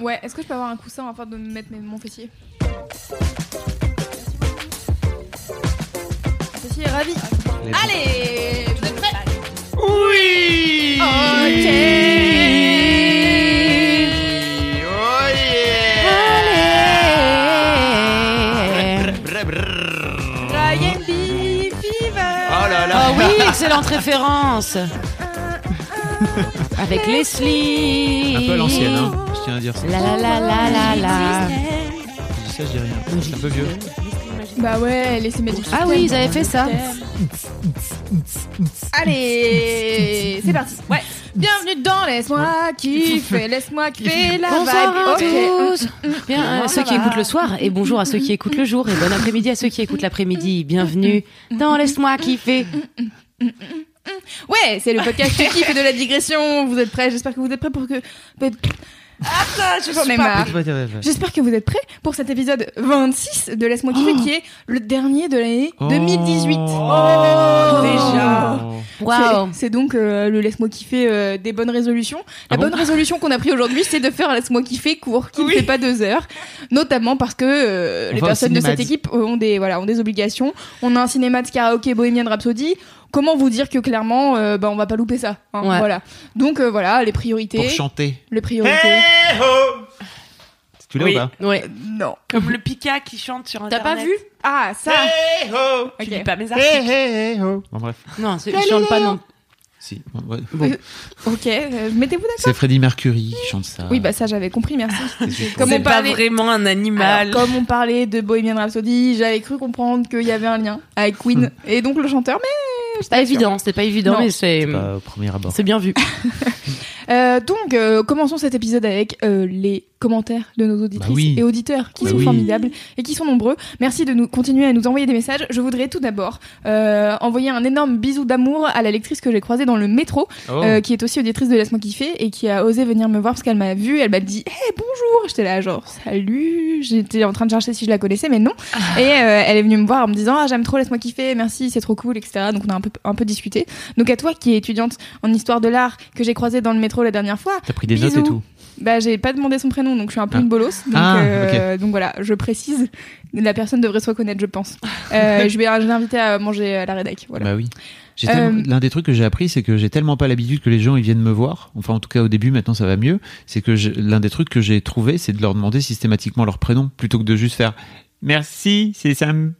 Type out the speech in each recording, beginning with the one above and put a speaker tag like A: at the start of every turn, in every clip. A: Ouais, est-ce que je peux avoir un coussin afin de me mettre mes- mon fessier Fessier est ravi. Allez, vous êtes prêts
B: Oui
A: Ok.
B: Oh yeah Brr, brr, brr.
A: Ryan B. Fever
B: Oh là là
C: Oh oui, excellente référence Avec Leslie
D: Un peu à l'ancienne, hein. je tiens à dire ça.
C: La la la la la la
D: Je dis ça, je dis rien. C'est un peu vieux.
A: Bah ouais, laissez mes
C: Ah oui, ils avaient fait ça.
A: Allez, c'est parti. Ouais. Bienvenue dans Laisse-moi kiffer, laisse-moi kiffer la
C: Bonsoir à
A: vibe. Ok.
C: tous Bien à ceux qui écoutent le soir et bonjour à ceux qui écoutent le jour et bon après-midi à ceux qui écoutent l'après-midi. Bienvenue dans Laisse-moi kiffer
A: Ouais, c'est le podcast qui kiffe et de la digression. Vous êtes prêts J'espère que vous êtes prêts pour que. Ah, ça, j'en ai marre. J'espère que vous êtes prêts pour cet épisode 26 de Laisse-moi kiffer
C: Oh.
A: qui est le dernier de l'année
D: Oh.
A: 2018.
C: Oh.
A: déjà.
C: Waouh
A: C'est c'est donc euh, le laisse-moi kiffer euh, des bonnes résolutions. La
D: Ah bon
A: bonne résolution qu'on a pris aujourd'hui, c'est de faire un laisse-moi kiffer court, qui ne fait pas deux heures. Notamment parce que euh,
D: On
A: les
D: va au
A: personnes de
D: cinéma.
A: cette équipe euh, ont des, voilà, ont des obligations. On a un cinéma de karaoké Bohemian Rhapsody. Comment vous dire que clairement, euh, bah, on va pas louper ça. hein,
C: Ouais.
A: Voilà. Donc euh, voilà, les priorités.
D: Pour chanter.
A: les priorités.
D: Tu l'as
E: Oui.
D: ou pas
C: Ouais.
A: non.
E: Comme le Pika qui chante sur
C: T'as
E: Internet.
C: pas vu
A: Ah, ça.
E: Tu
A: Ok.
E: lis pas mes articles.
D: Bon, bref.
C: Non, c'est- ils chantent pas non.
D: Si. Bon, ouais.
A: Ok, euh, mettez-vous d'accord.
D: C'est Freddie Mercury qui chante ça.
A: Oui, bah ça j'avais compris, merci.
E: Comme
A: Comment
E: on pas
A: parler-
E: vraiment un
A: Alors,
E: animal.
A: comme on parlait de Bohemian Rhapsody, j'avais cru comprendre qu'il y avait un lien avec Queen
D: Hmm.
A: et donc le chanteur, mais
C: C'est pas évident, c'est pas évident,
A: Non.
C: mais c'est...
D: Pas au premier abord.
C: C'est bien vu.
A: Euh, donc, euh, commençons cet épisode avec euh, les commentaires de nos auditrices
D: Bah oui.
A: et auditeurs qui
D: Bah
A: sont
D: oui.
A: formidables et qui sont nombreux. Merci de nous continuer à nous envoyer des messages. Je voudrais tout d'abord euh, envoyer un énorme bisou d'amour à la lectrice que j'ai croisée dans le métro,
D: Oh.
A: euh, qui est aussi auditrice de Laisse-moi kiffer et qui a osé venir me voir parce qu'elle m'a vue. Elle m'a dit Hey, bonjour J'étais là, genre, salut J'étais en train de chercher si je la connaissais, mais non.
D: Ah.
A: Et euh, elle est venue me voir en me disant Ah, j'aime trop, laisse-moi kiffer, merci, c'est trop cool, etc. Donc, on a un peu, un peu discuté. Donc, à toi qui es étudiante en histoire de l'art que j'ai croisée dans le métro la dernière fois,
D: T'as pris des
A: Bisous.
D: notes et tout.
A: bah, j'ai pas demandé son prénom, donc je suis un peu
D: Ah.
A: une bolos. Donc,
D: Ah,
A: euh, donc voilà, je précise. La personne devrait se reconnaître, je pense. Euh, je vais je vais l'inviter à manger à la rédac. Voilà.
D: Bah oui. J'ai
A: Euh,
D: tellement- L'un des trucs que j'ai appris, c'est que j'ai tellement pas l'habitude que les gens ils viennent me voir. Enfin, en tout cas, au début, maintenant ça va mieux. C'est que je- l'un des trucs que j'ai trouvé, c'est de leur demander systématiquement leur prénom plutôt que de juste faire merci, c'est sympa.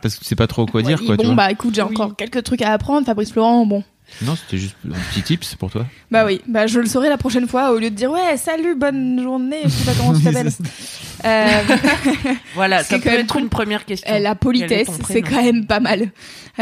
D: Parce que c'est pas trop quoi dire,
A: Ouais,
D: quoi. tu
A: bon,
D: vois.
A: bah écoute, j'ai encore quelques trucs à apprendre. Fabrice Florent, bon.
D: Non, c'était juste un petit tips pour toi.
A: Bah oui, bah je le saurai la prochaine fois au lieu de dire ouais, salut, bonne journée, je sais pas comment tu t'appelles. Euh,
E: Voilà,
A: C'est
E: ça
A: quand
E: peut
A: même
E: être une première question.
A: Euh, la
E: Quel est
A: politesse,
E: ton
A: c'est
E: prénom
A: quand même pas mal.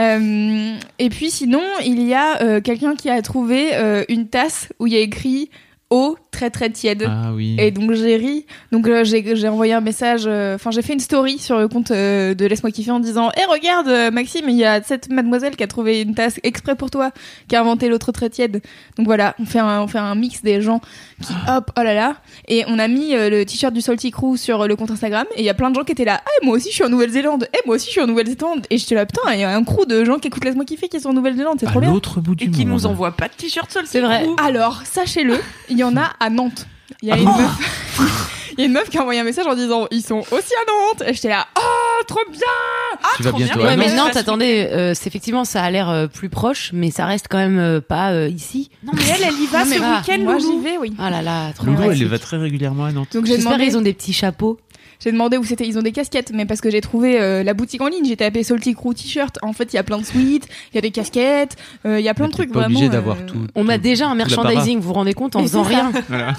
A: Euh, et puis sinon, il y a euh, quelqu'un qui a trouvé euh, une tasse où il y a écrit eau très très tiède.
D: Ah oui.
A: Et donc j'ai ri. Donc euh, j'ai j'ai envoyé un message, euh, enfin j'ai fait une story sur le compte euh, de Laisse-moi kiffer en disant Eh regarde euh, Maxime, il y a cette mademoiselle qui a trouvé une tasse exprès pour toi, qui a inventé l'autre très tiède. Donc voilà, on fait un, on fait un mix des gens qui hop, oh là là. Et on a mis euh, le t-shirt du Salty Crew sur euh, le compte Instagram et il y a plein de gens qui étaient là Ah moi aussi je suis en Nouvelle-Zélande, eh moi aussi je suis en Nouvelle-Zélande. Et j'étais là putain, il y a un crew de gens qui écoutent Laisse-moi kiffer qui sont en Nouvelle-Zélande, c'est
D: à
A: trop bien.
D: l'autre bout du
E: Et qui
D: monde.
E: nous envoie pas de t-shirt seul.
C: C'est vrai. Ah,
A: Alors, sachez-le, il y en a à Nantes. Il y
D: Oh.
A: a une meuf. Il y a une meuf qui a envoyé un message en disant ils sont aussi à Nantes et j'étais là oh trop bien
D: tu vas
E: trop bien.
D: bientôt
E: Ouais,
D: à
C: Ouais, mais
D: Nantes.
E: non,
C: Nantes,
E: c'est-
C: attendez, euh, c'est effectivement, ça a l'air euh, plus proche, mais ça reste quand même euh, pas euh, ici.
E: Non, mais elle, elle y va
C: Non, mais
E: ce
C: va.
E: week-end,
A: moi j'y
E: Loulou.
A: vais oui
C: Ah là là, trop
D: Loulou,
C: pratique.
D: elle va très régulièrement à Nantes.
A: donc j'ai
C: J'espère
A: demandé
C: qu'ils ont des petits chapeaux.
A: j'ai demandé où c'était ils ont des casquettes mais parce que j'ai trouvé euh, la boutique en ligne j'ai tapé Salty Crew t-shirt en fait il y a plein de sweats il y a des casquettes euh, il y a plein
D: Mais
A: de
D: t'es
A: trucs
D: pas
A: vraiment
D: obligé d'avoir
A: euh,
D: tout.
C: On a
D: tout-
C: déjà un
D: tout l'apparat.
C: merchandising, vous vous rendez compte, en
A: Mais
C: faisant
A: c'est ça.
C: rien.
D: Voilà.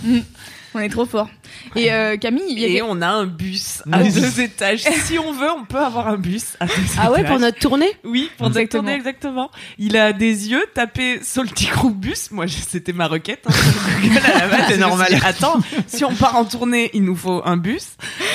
A: On est trop fort. Et euh, Camille, il y
E: Et
A: avait-
E: on a un bus à
D: Oui.
E: deux étages. Si on veut, on peut avoir un bus à deux
C: Ah ouais,
E: étages.
C: pour notre tournée
E: Oui, pour notre
A: Exactement.
E: tournée, exactement. Il a des yeux tapés sur le petit groupe bus. Moi, je- c'était ma requête. hein, sur Google à la base. Je me suis
D: normal.
E: dit, Attends, si on part en tournée, il nous faut un bus.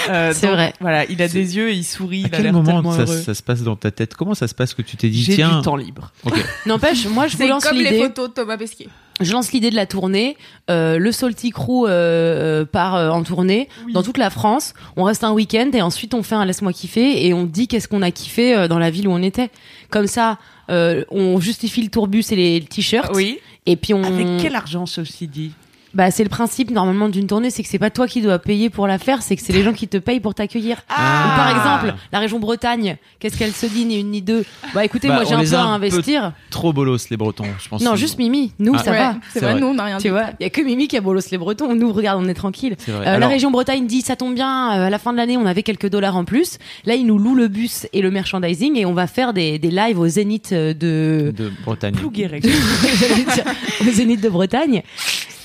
E: Euh,
C: C'est
E: donc,
C: vrai.
E: Voilà, il a
D: C'est-
E: des yeux, il sourit,
D: À
E: il a
D: quel
E: l'air
D: moment
E: tellement
D: ça,
E: heureux.
D: ça se passe dans ta tête Comment ça se passe que tu t'es dit
E: J'ai du
D: tiens
E: temps libre.
D: Ok.
C: N'empêche, moi je vous
A: c'est
C: lance
A: comme les
C: l'idée.
A: photos de Thomas Pesquet.
C: Je lance l'idée de la tournée. Euh, le Salty Crew euh, euh, part euh, en tournée
E: Oui.
C: dans toute la France. On reste un week-end et ensuite on fait un laisse-moi kiffer et on dit qu'est-ce qu'on a kiffé euh, dans la ville où on était. Comme ça, euh, on justifie le tourbus et les t-shirts.
E: Oui.
C: Et puis on.
E: Avec quel argent, ceci dit
C: Bah c'est le principe normalement d'une tournée, c'est que c'est pas toi qui dois payer pour la faire, c'est que c'est les gens qui te payent pour t'accueillir.
D: Ah.
C: Ou par exemple, la région Bretagne, qu'est-ce qu'elle se dit ni une ni deux Bah écoutez,
D: Bah,
C: moi j'ai
D: on
C: un
D: les
C: peu
D: a
C: à
D: un peu-
C: investir.
D: Trop bolos les Bretons, je pense.
C: Non,
D: que-
C: juste Mimi, nous
D: Ah.
C: ça
A: Ouais,
C: va.
D: c'est
A: C'est vrai,
D: vrai.
A: nous on n'a rien
C: Tu
A: dit.
C: vois, il y a que Mimi qui a bolos les Bretons. Nous, regarde, on est tranquille.
D: C'est vrai.
C: Euh, La
D: Alors-
C: région Bretagne dit ça tombe bien. euh, à la fin de l'année, on avait quelques dollars en plus. Là, ils nous louent le bus et le merchandising et on va faire des, des lives au Zénith euh, de
D: de Bretagne.
C: Ah.
E: Plouguérec.
C: j'allais dire, au Zénith de Bretagne.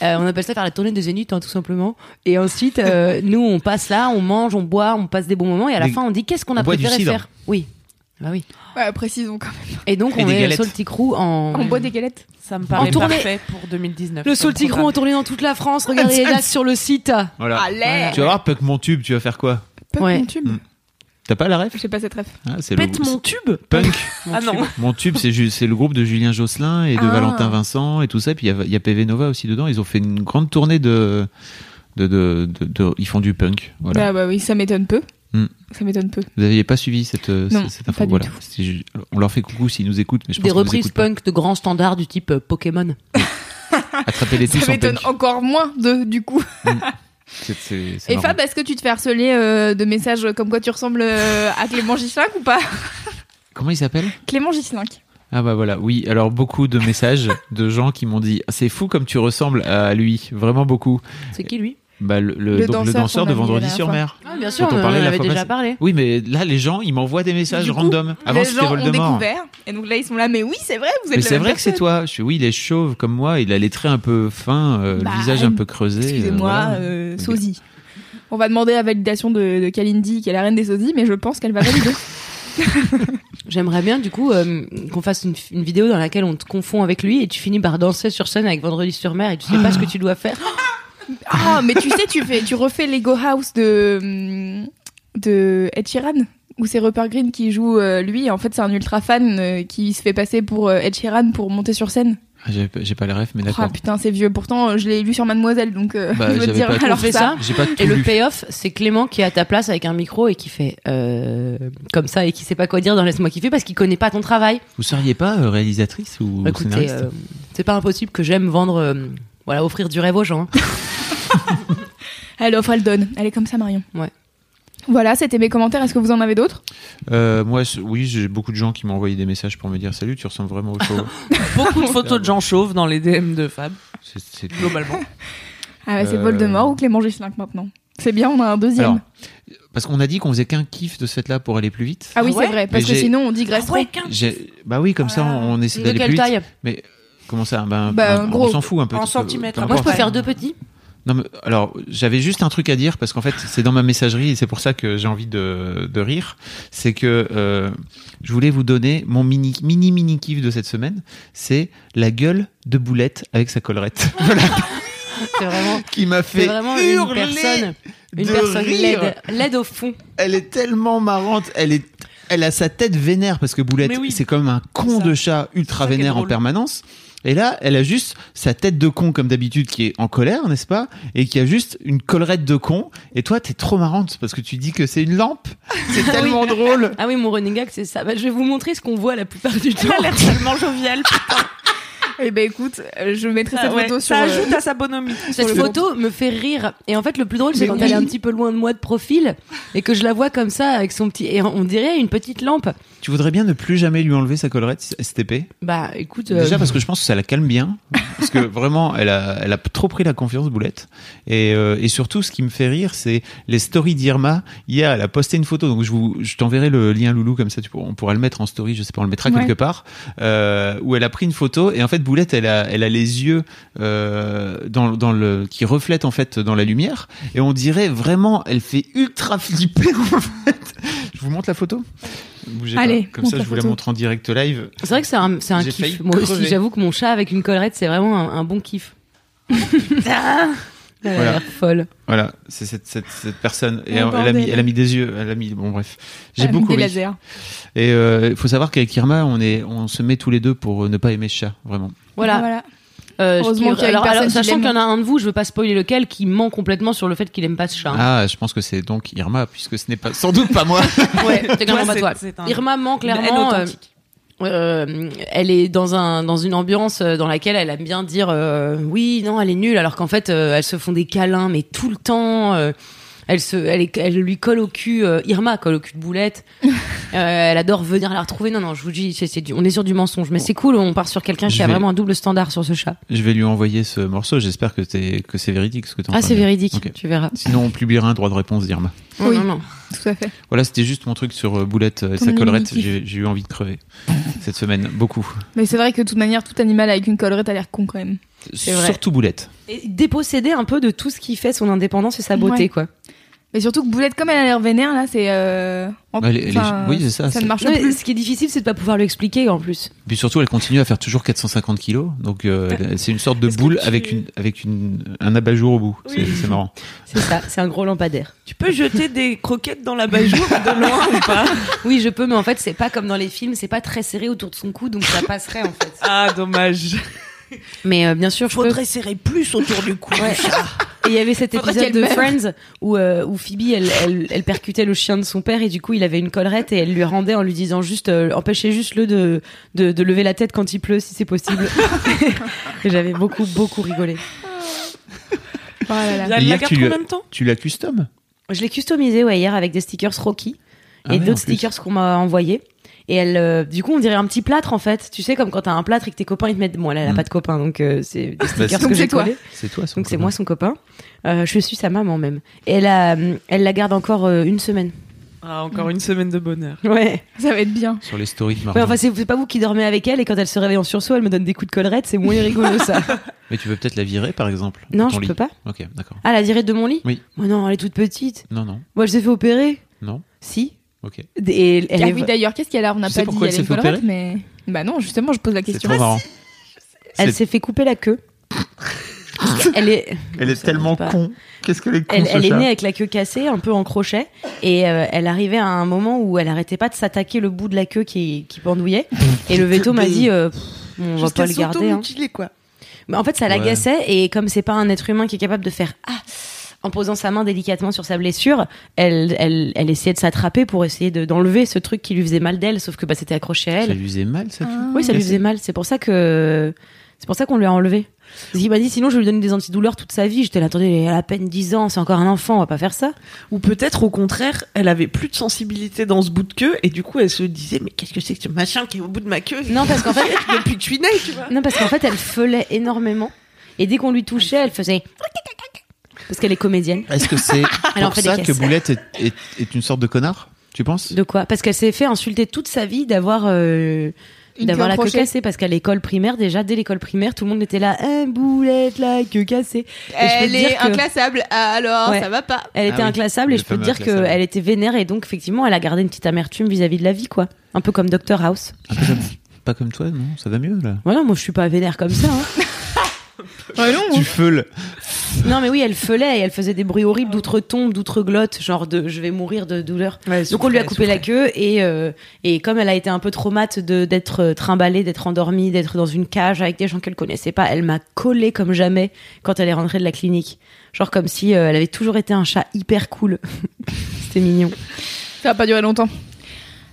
C: Euh, on appelle ça faire la tournée de Zénith, hein, tout simplement. Et ensuite, euh, nous, on passe là, on mange, on boit, on passe des bons moments et à la
D: Des-
C: fin, on dit qu'est-ce qu'on a
D: on boit du
C: préféré
D: cidre.
C: faire. Oui. Bah oui.
A: Ouais, précisons quand même.
C: Et donc,
D: Et
C: on
D: des
C: est le
D: galettes.
C: Salty Crew en.
A: On boit des galettes.
E: Ça me paraît
C: tournée.
E: parfait pour 2019.
C: Le
E: comme
C: Salty Crew en
E: programme.
C: tournée dans toute la France. Regardez les dates sur le site.
D: Ah. Voilà.
A: Allez
D: Tu vas voir Puck mon tube, tu vas faire quoi
A: Punk
C: Ouais.
A: mon tube.
D: Mm. T'as pas la ref
A: Je sais pas cette ref.
D: Ah, c'est
E: Pète
D: le...
E: mon tube
D: Punk.
E: Ah non.
D: Mon tube, c'est ju- c'est le groupe de Julien Josselin et de
A: Ah.
D: Valentin Vincent et tout ça. Et puis il y a- il y, a PV Nova aussi dedans. Ils ont fait une grande tournée de. de, de, de- de- ils font du punk. Voilà.
A: Ah bah oui, ça m'étonne peu.
D: Mm.
A: Ça m'étonne peu.
D: Vous n'aviez pas suivi cette, euh,
A: Non,
D: cette- cette info
A: pas du
D: voilà.
A: tout.
D: C'est ju- On leur fait coucou s'ils nous écoutent, mais je pense
C: Des
D: qu'ils nous
C: reprises
D: écoutent pas.
C: punk de grands standards du type euh, Pokémon.
D: Attrapez-les tous
A: Ça
D: en
A: m'étonne
D: punk.
A: encore moins de du coup.
D: C'est- c'est- c'est
A: Et
D: marrant.
A: Fab, est-ce que tu te fais harceler euh, de messages comme quoi tu ressembles euh, à Clément Gislin ou pas
D: Comment il s'appelle
A: Clément Gislin.
D: Ah bah voilà, oui, alors beaucoup de messages de gens qui m'ont dit c'est fou comme tu ressembles à lui, vraiment beaucoup.
C: C'est qui lui
D: Bah, le, le-
A: Le
D: donc, le
A: danseur
D: danseur
A: qu'on
D: de
A: a vu la
D: Vendredi
A: dernière
D: sur
A: fois.
D: mer.
C: Ah, bien
D: Dont on
C: on en
D: parlait la
C: avait
D: fois
C: déjà
D: passée.
C: parlé.
D: Oui, mais là les gens ils m'envoient des messages
A: Du coup,
D: random. Avant
A: les
D: Ah c'était
A: gens ont
D: Voldemort.
A: découvert et donc là ils sont là mais oui c'est vrai vous êtes
D: Mais
A: la
D: c'est
A: même
D: vrai que c'est
A: personne.
D: toi. Je suis oui, il est chauve comme moi, il a les traits un peu fins, euh,
A: Bah,
D: le visage un peu creusé. euh,
A: Excusez-moi,
D: voilà.
A: euh, sosie. On va demander la validation de, de Kalindi, qui est la reine des sosies, mais je pense qu'elle va valider.
C: J'aimerais bien du coup euh, qu'on fasse une, une vidéo dans laquelle on te confond avec lui et tu finis par danser sur scène avec Vendredi sur mer et tu sais pas ce que tu dois faire.
A: Ah, mais tu sais, tu, fais, tu refais l'Ego House de, hum, de Ed Sheeran, où c'est Rupert Green qui joue euh, lui. En fait, c'est un ultra fan euh, qui se fait passer pour euh, Ed Sheeran pour monter sur scène.
D: Ah, J'ai pas- j'ai pas les rêves, mais
A: Ah
D: d'accord.
A: putain, c'est vieux. Pourtant, euh, je l'ai lu sur Mademoiselle, donc euh,
D: Bah,
A: je veux
D: j'avais
A: dire,
D: pas tout
A: alors
C: fait
A: ça.
C: ça.
D: J'ai pas tout
C: Et le
D: lu.
C: payoff, c'est Clément qui est à ta place avec un micro et qui fait euh, comme ça et qui sait pas quoi dire dans Laisse-moi kiffer parce qu'il connaît pas ton travail.
D: Vous seriez pas euh, réalisatrice ou
A: Bah,
C: Écoutez,
D: scénariste
C: euh, c'est pas impossible que j'aime vendre, euh, voilà, offrir du rêve aux gens. hein.
A: Elle offre, elle donne. Elle est comme ça, Marion.
C: Ouais.
A: Voilà, c'était mes commentaires. Est-ce que vous en avez d'autres
D: Euh, Moi, c- oui, j'ai beaucoup de gens qui m'ont envoyé des messages pour me dire salut, tu ressembles vraiment au chauve.
E: Beaucoup de photos de gens chauves dans les DM de Fab,
D: C'est- c'est-
E: globalement.
A: Ah ouais, c'est
D: Euh,
A: Voldemort ou Clément Gislin maintenant C'est bien, on a un deuxième.
D: Alors, parce qu'on a dit qu'on faisait qu'un kiff de cette là pour aller plus vite.
A: ah oui,
E: ouais Ah
A: c'est vrai, parce
D: Mais
A: que
D: j'ai-
A: sinon on digresse trop.
D: J'ai- Bah oui, comme ça, on essaie
C: Ah. De
D: d'aller
C: quelle
D: plus vite.
C: taille
D: Mais comment ça ben,
A: Bah,
D: un-
A: en gros,
D: On s'en fout un peu.
E: en
D: peu-
E: centimètres,
D: peu
E: à peu
C: Moi, je peux
D: importe.
E: Ouais.
C: faire deux petits.
D: Non, mais, alors, j'avais juste un truc à dire parce qu'en fait, c'est dans ma messagerie et c'est pour ça que j'ai envie de, de rire. C'est que euh, je voulais vous donner mon mini, mini, mini kiff de cette semaine. C'est la gueule de boulette avec sa collerette. voilà.
C: C'est vraiment,
D: Qui m'a
C: c'est
D: fait
C: vraiment une
D: hurler.
C: personne, une
D: de
C: personne
D: rire.
C: laide, laide au fond.
D: Elle est tellement marrante. Elle est. Elle a sa tête vénère parce que Boulette,
E: Mais oui.
D: c'est comme un con
E: Ça.
D: de chat ultra
E: C'est ça qui est
D: vénère en
E: drôle.
D: permanence. Et là, elle a juste sa tête de con comme d'habitude qui est en colère, n'est-ce pas Et qui a juste une collerette de con. Et toi, t'es trop marrante parce que tu dis que c'est une lampe. C'est tellement drôle.
C: Ah oui, mon running gag, c'est ça. Bah, je vais vous montrer ce qu'on voit la plupart du temps.
E: Elle a l'air tellement joviale.
A: Eh ben écoute, euh, je mettrai
E: Ça,
A: cette
E: Ah ouais,
A: photo sur.
E: ça
A: euh,
E: ajoute à sa bonhomie.
C: Cette
E: Sur le
C: photo me fait rire. Et en fait, le plus drôle, c'est
A: Mais
C: quand
A: oui.
C: elle est un petit peu loin de moi de profil et que je la vois comme ça avec son petit. Et on dirait une petite lampe.
D: Tu voudrais bien ne plus jamais lui enlever sa collerette STP
C: Bah écoute. euh,
D: Déjà parce que je pense que ça la calme bien, parce que vraiment, elle a, elle a trop pris la confiance, Boulette. Et, euh, et surtout, ce qui me fait rire, c'est les stories d'Irma. Hier, elle a posté une photo, donc je, vous, je t'enverrai le lien, Loulou, comme ça, tu pourras, on pourra le mettre en story, je sais pas, on le mettra
A: Ouais.
D: quelque part, euh, où elle a pris une photo, et en fait, Boulette, elle a, elle a les yeux euh, dans, dans le, qui reflètent en fait dans la lumière, et on dirait vraiment, elle fait ultra flipper en fait. Je vous montre la photo. Bougez pas.
A: Allez,
D: comme
A: montre
D: ça, je
A: la
D: vous la
A: photo.
D: montre en direct live.
C: C'est vrai que c'est un, c'est un
D: J'ai failli
C: kiff. Moi aussi,
D: crever.
C: j'avoue que mon chat avec une collerette, c'est vraiment un, un bon kiff. Ah, Elle a
A: Euh,
D: Voilà.
C: l'air folle.
D: Voilà, c'est cette, cette, cette personne. Et
A: Oh,
D: elle, a
A: bordel.
D: mis, elle a mis des yeux, elle a mis. Bon, bref. J'ai
A: Avec
D: beaucoup
A: des
D: ri.
A: lasers.
D: Et euh, il faut savoir qu'avec Irma, on, est, on se met tous les deux pour euh, ne pas aimer ce chat, vraiment.
A: Ah,
C: Voilà. Euh, je
A: Heureusement
C: kiffe.
A: qu'il y a une
C: alors,
A: personne
C: alors,
A: qui
C: sachant
A: l'aime.
C: qu'il y en a un de vous, je veux pas spoiler lequel, qui ment complètement sur le fait qu'il aime pas ce chat. hein.
D: Ah, je pense que c'est donc Irma, puisque ce n'est pas, sans doute pas moi.
C: Ouais, c'est clairement
E: Toi,
C: pas
E: c'est-
C: toi.
E: c'est un-
D: Ah.
C: Irma ment
E: Une haine
C: clairement. euh,
E: authentique.
C: euh, elle est dans un dans une ambiance euh, dans laquelle elle aime bien dire euh, oui non elle est nulle alors qu'en fait euh, elles se font des câlins mais tout le temps euh, elle se elle, est- elle lui colle au cul euh, Irma colle au cul de boulette Euh, elle adore venir la retrouver non non je vous dis c'est, c'est du- on est sur du mensonge mais c'est cool on part sur quelqu'un qui
D: Je
C: a
D: vais-
C: vraiment un double standard sur ce chat
D: je vais lui envoyer ce morceau. J'espère que, t'es- que c'est véridique ce que tu
C: ah c'est véridique
D: Ok.
C: tu verras
D: Sinon, on publiera un droit de réponse d'Irma.
C: Non,
A: Oui.
C: non, non.
A: Tout à fait.
D: Voilà, c'était juste mon truc sur euh, Boulette euh, et
A: Ton
D: sa collerette.
A: mini-kiff.
D: J'ai j'ai eu envie de crever cette semaine, beaucoup.
A: Mais c'est vrai que de toute manière, tout animal avec une collerette a l'air con quand même.
C: vrai.
D: Surtout Boulette.
C: Et déposséder un peu de tout ce qui fait son indépendance et sa beauté
A: Ouais.
C: quoi
A: Mais surtout que Boulette, comme elle a l'air vénère, là, c'est. euh, en-
D: Elle est- elle est-
A: enfin,
D: oui, c'est ça,
A: Ça
D: c'est-
A: ne marche
C: Non, mais
A: plus.
C: ce qui est difficile c'est de pas pouvoir l'expliquer en plus
D: Puis surtout, elle continue à faire toujours 450 kilos. Donc, euh,
C: Ah.
D: c'est une sorte de
E: Est-ce que
D: boule
E: tu-
D: avec, une, avec une, un abat-jour au bout. C'est-
E: Oui.
D: C'est marrant.
C: c'est ça c'est un gros lampadaire
E: Tu peux jeter des croquettes dans la bajoue de loin ou pas
C: Oui, je peux, mais en fait, c'est pas comme dans les films, c'est pas très serré autour de son cou, donc ça passerait en fait.
E: Ah, dommage.
C: Mais euh, bien sûr, je peux.
E: Faudrait serrer plus autour du cou.
C: Ouais. Et il y avait cet
A: Faudrait
C: épisode
A: qu'elle
C: de
A: meure.
C: Friends où, euh, où Phoebe, elle, elle, elle percutait le chien de son père et du coup, il avait une collerette et elle lui rendait en lui disant juste, euh, empêchez juste le de, de, de lever la tête quand il pleut, si c'est possible. et j'avais beaucoup, beaucoup rigolé.
A: Oh là là.
E: Elle la
D: Hier,
E: garde
D: tu lui as-
E: combien de temps
D: Tu la customes
C: Je l'ai customisé ouais, hier avec des stickers Rocky et
D: Ah ouais, en
C: d'autres
D: plus.
C: stickers qu'on m'a envoyés. Et elle, euh, du coup, on dirait un petit plâtre en fait. Tu sais, comme quand t'as un plâtre et que tes copains ils te mettent. Bon, elle, elle a
D: Mm.
C: pas
D: Bah,
C: de copains, donc euh, c'est des stickers
D: c'est-
C: que
A: c'est
C: j'ai
A: toi.
C: collés.
D: C'est toi, son
C: Donc c'est
D: copain.
C: moi son copain. Euh, je suis sa maman même. Et elle, a, elle la garde encore euh, une semaine.
E: Ah, encore une semaine de bonheur.
C: Ouais.
A: Ça va être bien.
D: Sur les stories de Margot.
C: ouais enfin, c'est c'est pas vous qui dormez avec elle et quand elle se réveille en sursaut, elle me donne des coups de collerette. C'est moins rigolo ça.
D: Mais tu peux peut-être la virer, par exemple de
C: non,
D: ton
C: je
D: lit.
C: peux pas.
D: Ok, d'accord.
C: Ah, la dirait de mon lit
D: Oui.
C: Oh non, elle est toute petite.
D: Non, non,
C: Moi, je s'est fait opérer.
D: non.
C: Si.
D: Ok.
C: Et elle, elle
A: Ah
C: est-
A: oui, d'ailleurs, qu'est-ce qu'elle a On n'a
D: Tu sais
A: pas dit
D: pourquoi
A: elle
D: elle
A: a une
D: s'est fait
A: collerette, mais. Bah non, justement, je pose la
D: C'est
A: question.
D: trop marrant.
C: elle
D: C'est-
C: s'est fait couper la queue. elle est.
D: Elle est
C: Ça tellement marche pas.
D: con. Qu'est-ce qu'elle est con,
C: Elle, elle est née avec la queue cassée, un peu en crochet, et euh, elle arrivait à un moment où elle arrêtait pas de s'attaquer le bout de la queue qui, qui pendouillait. et le veto m'a dit, euh, Pff, on va pas le garder. hein.
E: s'auto-mutiler, quoi.
C: Mais en fait, ça
D: Ouais.
C: l'agaçait, et comme c'est pas un être humain qui est capable de faire ah en posant sa main délicatement sur sa blessure, elle, elle, elle essayait de s'attraper pour essayer de- d'enlever ce truc qui lui faisait mal d'elle, sauf que bah, c'était accroché à
D: Ça
C: elle.
D: lui faisait mal, ça
A: Ah.
C: Oui, ça lui faisait mal. C'est pour ça que c'est pour ça qu'on lui a enlevé. Parce qu'il m'a dit sinon je vais lui donner des antidouleurs toute sa vie. J'étais là, attendez, elle a à peine 10 ans, c'est encore un enfant, on va pas faire ça.
E: Ou peut-être au contraire, elle avait plus de sensibilité dans ce bout de queue et du coup elle se disait mais qu'est-ce que c'est que ce machin qui est au bout de ma queue
C: Non, parce qu'en fait-
E: depuis que je suis née, tu vois.
C: Non, parce qu'en fait, elle feulait énormément. Et dès qu'on lui touchait, elle faisait. Parce qu'elle est comédienne.
D: Est-ce que c'est
C: Elle en
D: pour
C: fait
D: ça
C: des
D: que
C: caisses.
D: Boulette est, est, est une sorte de connard Tu penses
C: De quoi Parce qu'elle s'est fait insulter toute sa vie d'avoir. euh,
A: Une
C: D'avoir
A: queue
C: la queue
A: accrochée.
C: cassée, parce qu'à l'école primaire, déjà, dès l'école primaire, tout le monde était là, un boulette, la queue cassée. Et je peux te
A: Elle est
C: dire que-
A: inclassable, alors
C: Ouais.
A: ça va pas.
C: Elle
D: Ah
C: était
D: oui,
C: inclassable et
D: le
C: je peux te
D: fameux
C: dire
D: inclassable.
C: qu'elle était vénère et donc, effectivement, elle a gardé une petite amertume vis-à-vis de la vie, quoi. Un peu comme Dr House.
D: Un peu comme- Pas comme toi, non Ça va mieux, là
C: Voilà, moi, je suis pas vénère comme ça, hein.
A: Ouais,
C: Ah,
A: non,
D: Tu feules
C: Non, mais oui, elle feulait et elle faisait des bruits horribles d'outre-tombe, d'outre-glotte, genre de je vais mourir de douleur. Donc on lui a coupé la queue et, euh, et comme elle a été un peu traumate de- d'être euh, trimballée, d'être endormie, d'être dans une cage avec des gens qu'elle connaissait pas, elle m'a collé comme jamais quand elle est rentrée de la clinique. Genre comme si euh, elle avait toujours été un chat hyper cool. C'était mignon.
A: Ça va pas durer longtemps.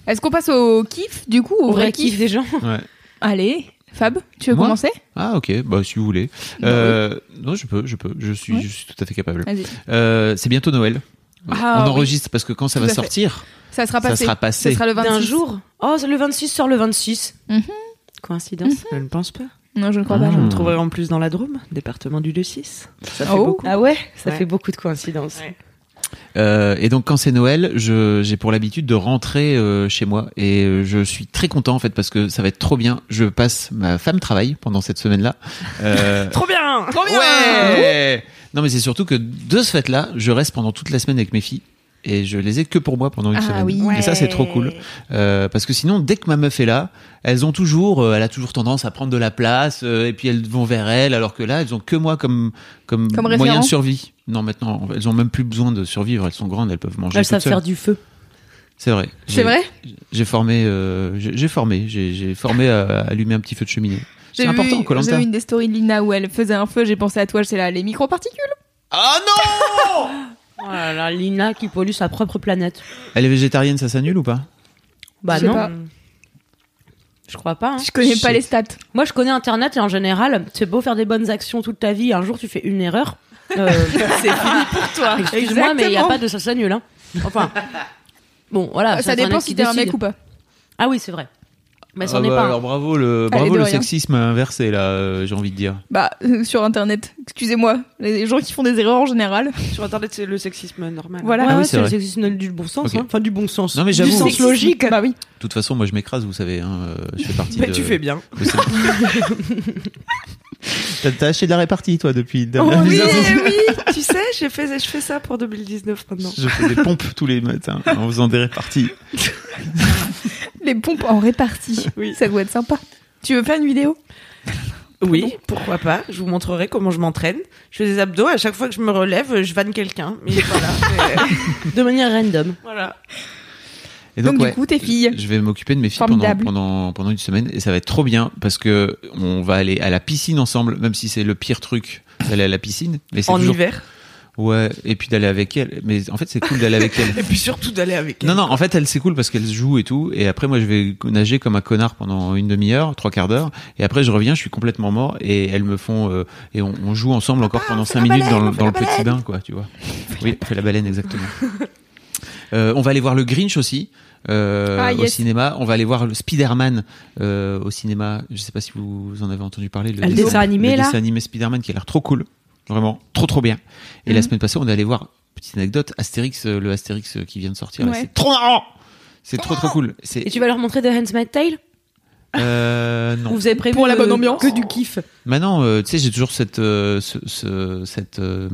A: Est-ce qu'on passe au kiff, du coup, au, vrai kiff,
C: des gens.
D: Ouais.
A: Allez, Fab, tu veux
D: Moi
A: commencer
D: Ah, ok, bah, si vous voulez. Euh, Non, je peux, je peux. Je suis,
A: Ouais.
D: je suis tout à fait capable.
A: Vas-y.
D: Euh, c'est bientôt Noël.
A: Ah,
D: On
A: oui.
D: enregistre parce que quand ça
A: Tout
D: va
A: à fait.
D: sortir,
A: Ça sera
D: ça
A: passé.
D: sera
A: Ça
D: passé.
A: sera le 26.
C: D'un jour. Oh, c'est le 26 sur le 26.
A: Mhm.
C: Coïncidence.
E: Je ne pense pas.
A: Non, je ne crois
D: Ah.
A: pas.
E: Je
D: Hmm.
E: me trouverai en plus dans la Drôme, département du 2-6. Ça fait
A: Oh.
E: beaucoup.
C: Ah ouais Ça
E: Ouais.
C: fait beaucoup de coïncidences.
E: Ouais.
D: Euh, et donc quand c'est Noël, je- j'ai pour l'habitude de rentrer euh, chez moi et euh, je suis très content en fait parce que ça va être trop bien. Je passe, ma femme travaille pendant cette semaine-là. Euh,
E: Trop bien Trop bien
D: ouais Non mais c'est surtout que de ce fait-là, je reste pendant toute la semaine avec mes filles et je les ai que pour moi pendant une
A: Ah
D: semaine.
A: oui.
D: Et ça c'est trop cool. Euh, parce que sinon, dès que ma meuf est là, elles ont toujours, euh, elle a toujours tendance à prendre de la place, euh, et puis elles vont vers elle, alors que là, elles ont que moi comme, comme,
A: Comme
D: moyen
A: référent.
D: de survie. Non, maintenant, elles ont même plus besoin de survivre, elles sont grandes, elles peuvent manger
C: Elles
D: toutes
C: savent
D: seules.
C: faire du feu.
D: C'est vrai. J'ai-
A: C'est vrai
D: J'ai formé, euh, j'ai j'ai formé, j'ai j'ai formé à, à allumer un petit feu de cheminée. C'est
A: J'ai vu-
D: important,
A: J'ai
D: Colanta.
A: vu une des stories de Lina où elle faisait un feu, j'ai pensé à toi, c'est là, les micro-particules.
D: Ah non
C: Oh là là, Lina qui pollue sa propre planète.
D: Elle est végétarienne, ça s'annule ou pas
C: Bah
A: Je sais
C: non.
A: pas.
C: Je crois pas. hein.
A: Je connais pas
D: Shit.
A: les stats.
C: Moi, je connais Internet et en général, c'est beau faire des bonnes actions toute ta vie. Un jour, tu fais une erreur. Euh, c'est fini pour toi. Excuse-moi, mais il n'y a
A: Exactement.
C: pas de ça s'annule. Hein. Enfin, bon, voilà.
A: Ah, ça
C: c'est
A: dépend
C: Internet
A: si
C: qui
A: t'es un
C: décide.
A: mec ou pas.
C: Ah oui, c'est vrai. Mais c'en
D: Ah
C: est
D: bah
C: pas. un.
D: Alors bravo le, bravo
A: de
D: le
A: rien.
D: sexisme inversé, là, euh, j'ai envie de dire.
A: Bah, euh, sur internet, excusez-moi, les gens qui font des erreurs en général.
E: Sur Internet, c'est le sexisme normal.
A: Voilà.
C: Ouais,
D: Ah oui,
C: ouais,
D: c'est
C: c'est le
D: vrai.
C: sexisme du bon sens.
D: Ok.
C: hein. Enfin, du bon sens.
D: Non, mais
C: du
D: j'avoue.
C: sens
D: Sexisme.
C: logique.
A: Bah oui.
D: De toute façon, moi je m'écrase, vous savez, hein, euh, je fais partie
E: Mais
D: de-
E: Bah, tu fais bien.
D: de cette- T'as- T'as acheté de la répartie, toi, depuis.
E: Oh oui,
D: dernière saison.
E: oui, tu sais, j'ai fait, je fais ça pour 2019 maintenant.
D: Je fais des pompes tous les matins en faisant des réparties.
A: Les pompes en répartie.
E: Oui.
A: Ça doit être sympa. Tu veux faire une vidéo
E: Oui, pourquoi pas. Je vous montrerai comment je m'entraîne. Je fais des abdos. À chaque fois que je me relève, je vanne quelqu'un. Mais voilà. mais- euh,
C: De manière random.
E: voilà.
D: Et
A: Donc, du
D: ouais,
A: coup, tes filles.
D: Je vais m'occuper de mes filles pendant,
A: Formidable.
D: pendant, pendant une semaine et ça va être trop bien parce que on va aller à la piscine ensemble, même si c'est le pire truc d'aller à la piscine. Mais c'est
E: En
D: toujours...
E: hiver.
D: Ouais, et puis d'aller avec elle. Mais en fait, c'est cool d'aller avec elle.
E: Et puis surtout d'aller avec.
D: Non, non, en fait, elle, c'est cool parce qu'elle joue et tout. Et après, moi, je vais nager comme un connard pendant une demi-heure, trois quarts d'heure. Et après, je reviens, je suis complètement mort. Et elles me font. euh, et on, on joue
C: Ah,
D: ensemble encore pendant cinq minutes dans, le- dans le petit bain, quoi, tu vois. Oui, on fait la baleine, exactement. Euh, on va aller voir le Grinch aussi. euh,
A: Ah,
D: au
A: yes.
D: cinéma, on va aller voir le Spider-Man euh, au cinéma. Je sais pas si vous, vous en avez entendu parler. Le,
C: Le dessin animé,
D: le
C: là
D: dessin animé Spider-Man qui a l'air trop cool, vraiment trop trop bien. Et
C: Mhm.
D: la semaine passée, on est allé voir petite anecdote Astérix, euh, le Astérix euh, qui vient de sortir. là,
A: Ouais.
D: C'est trop marrant. C'est trop trop cool.
C: Et
D: C'est
C: tu vas leur montrer The Handmaid's Tale
D: euh,
C: Ou
D: non.
C: vous avez prévu
A: Pour la
C: euh,
A: bonne ambiance.
C: que du kiff
D: Maintenant, euh, tu sais, j'ai toujours cette euh, ce- ce- cette euh,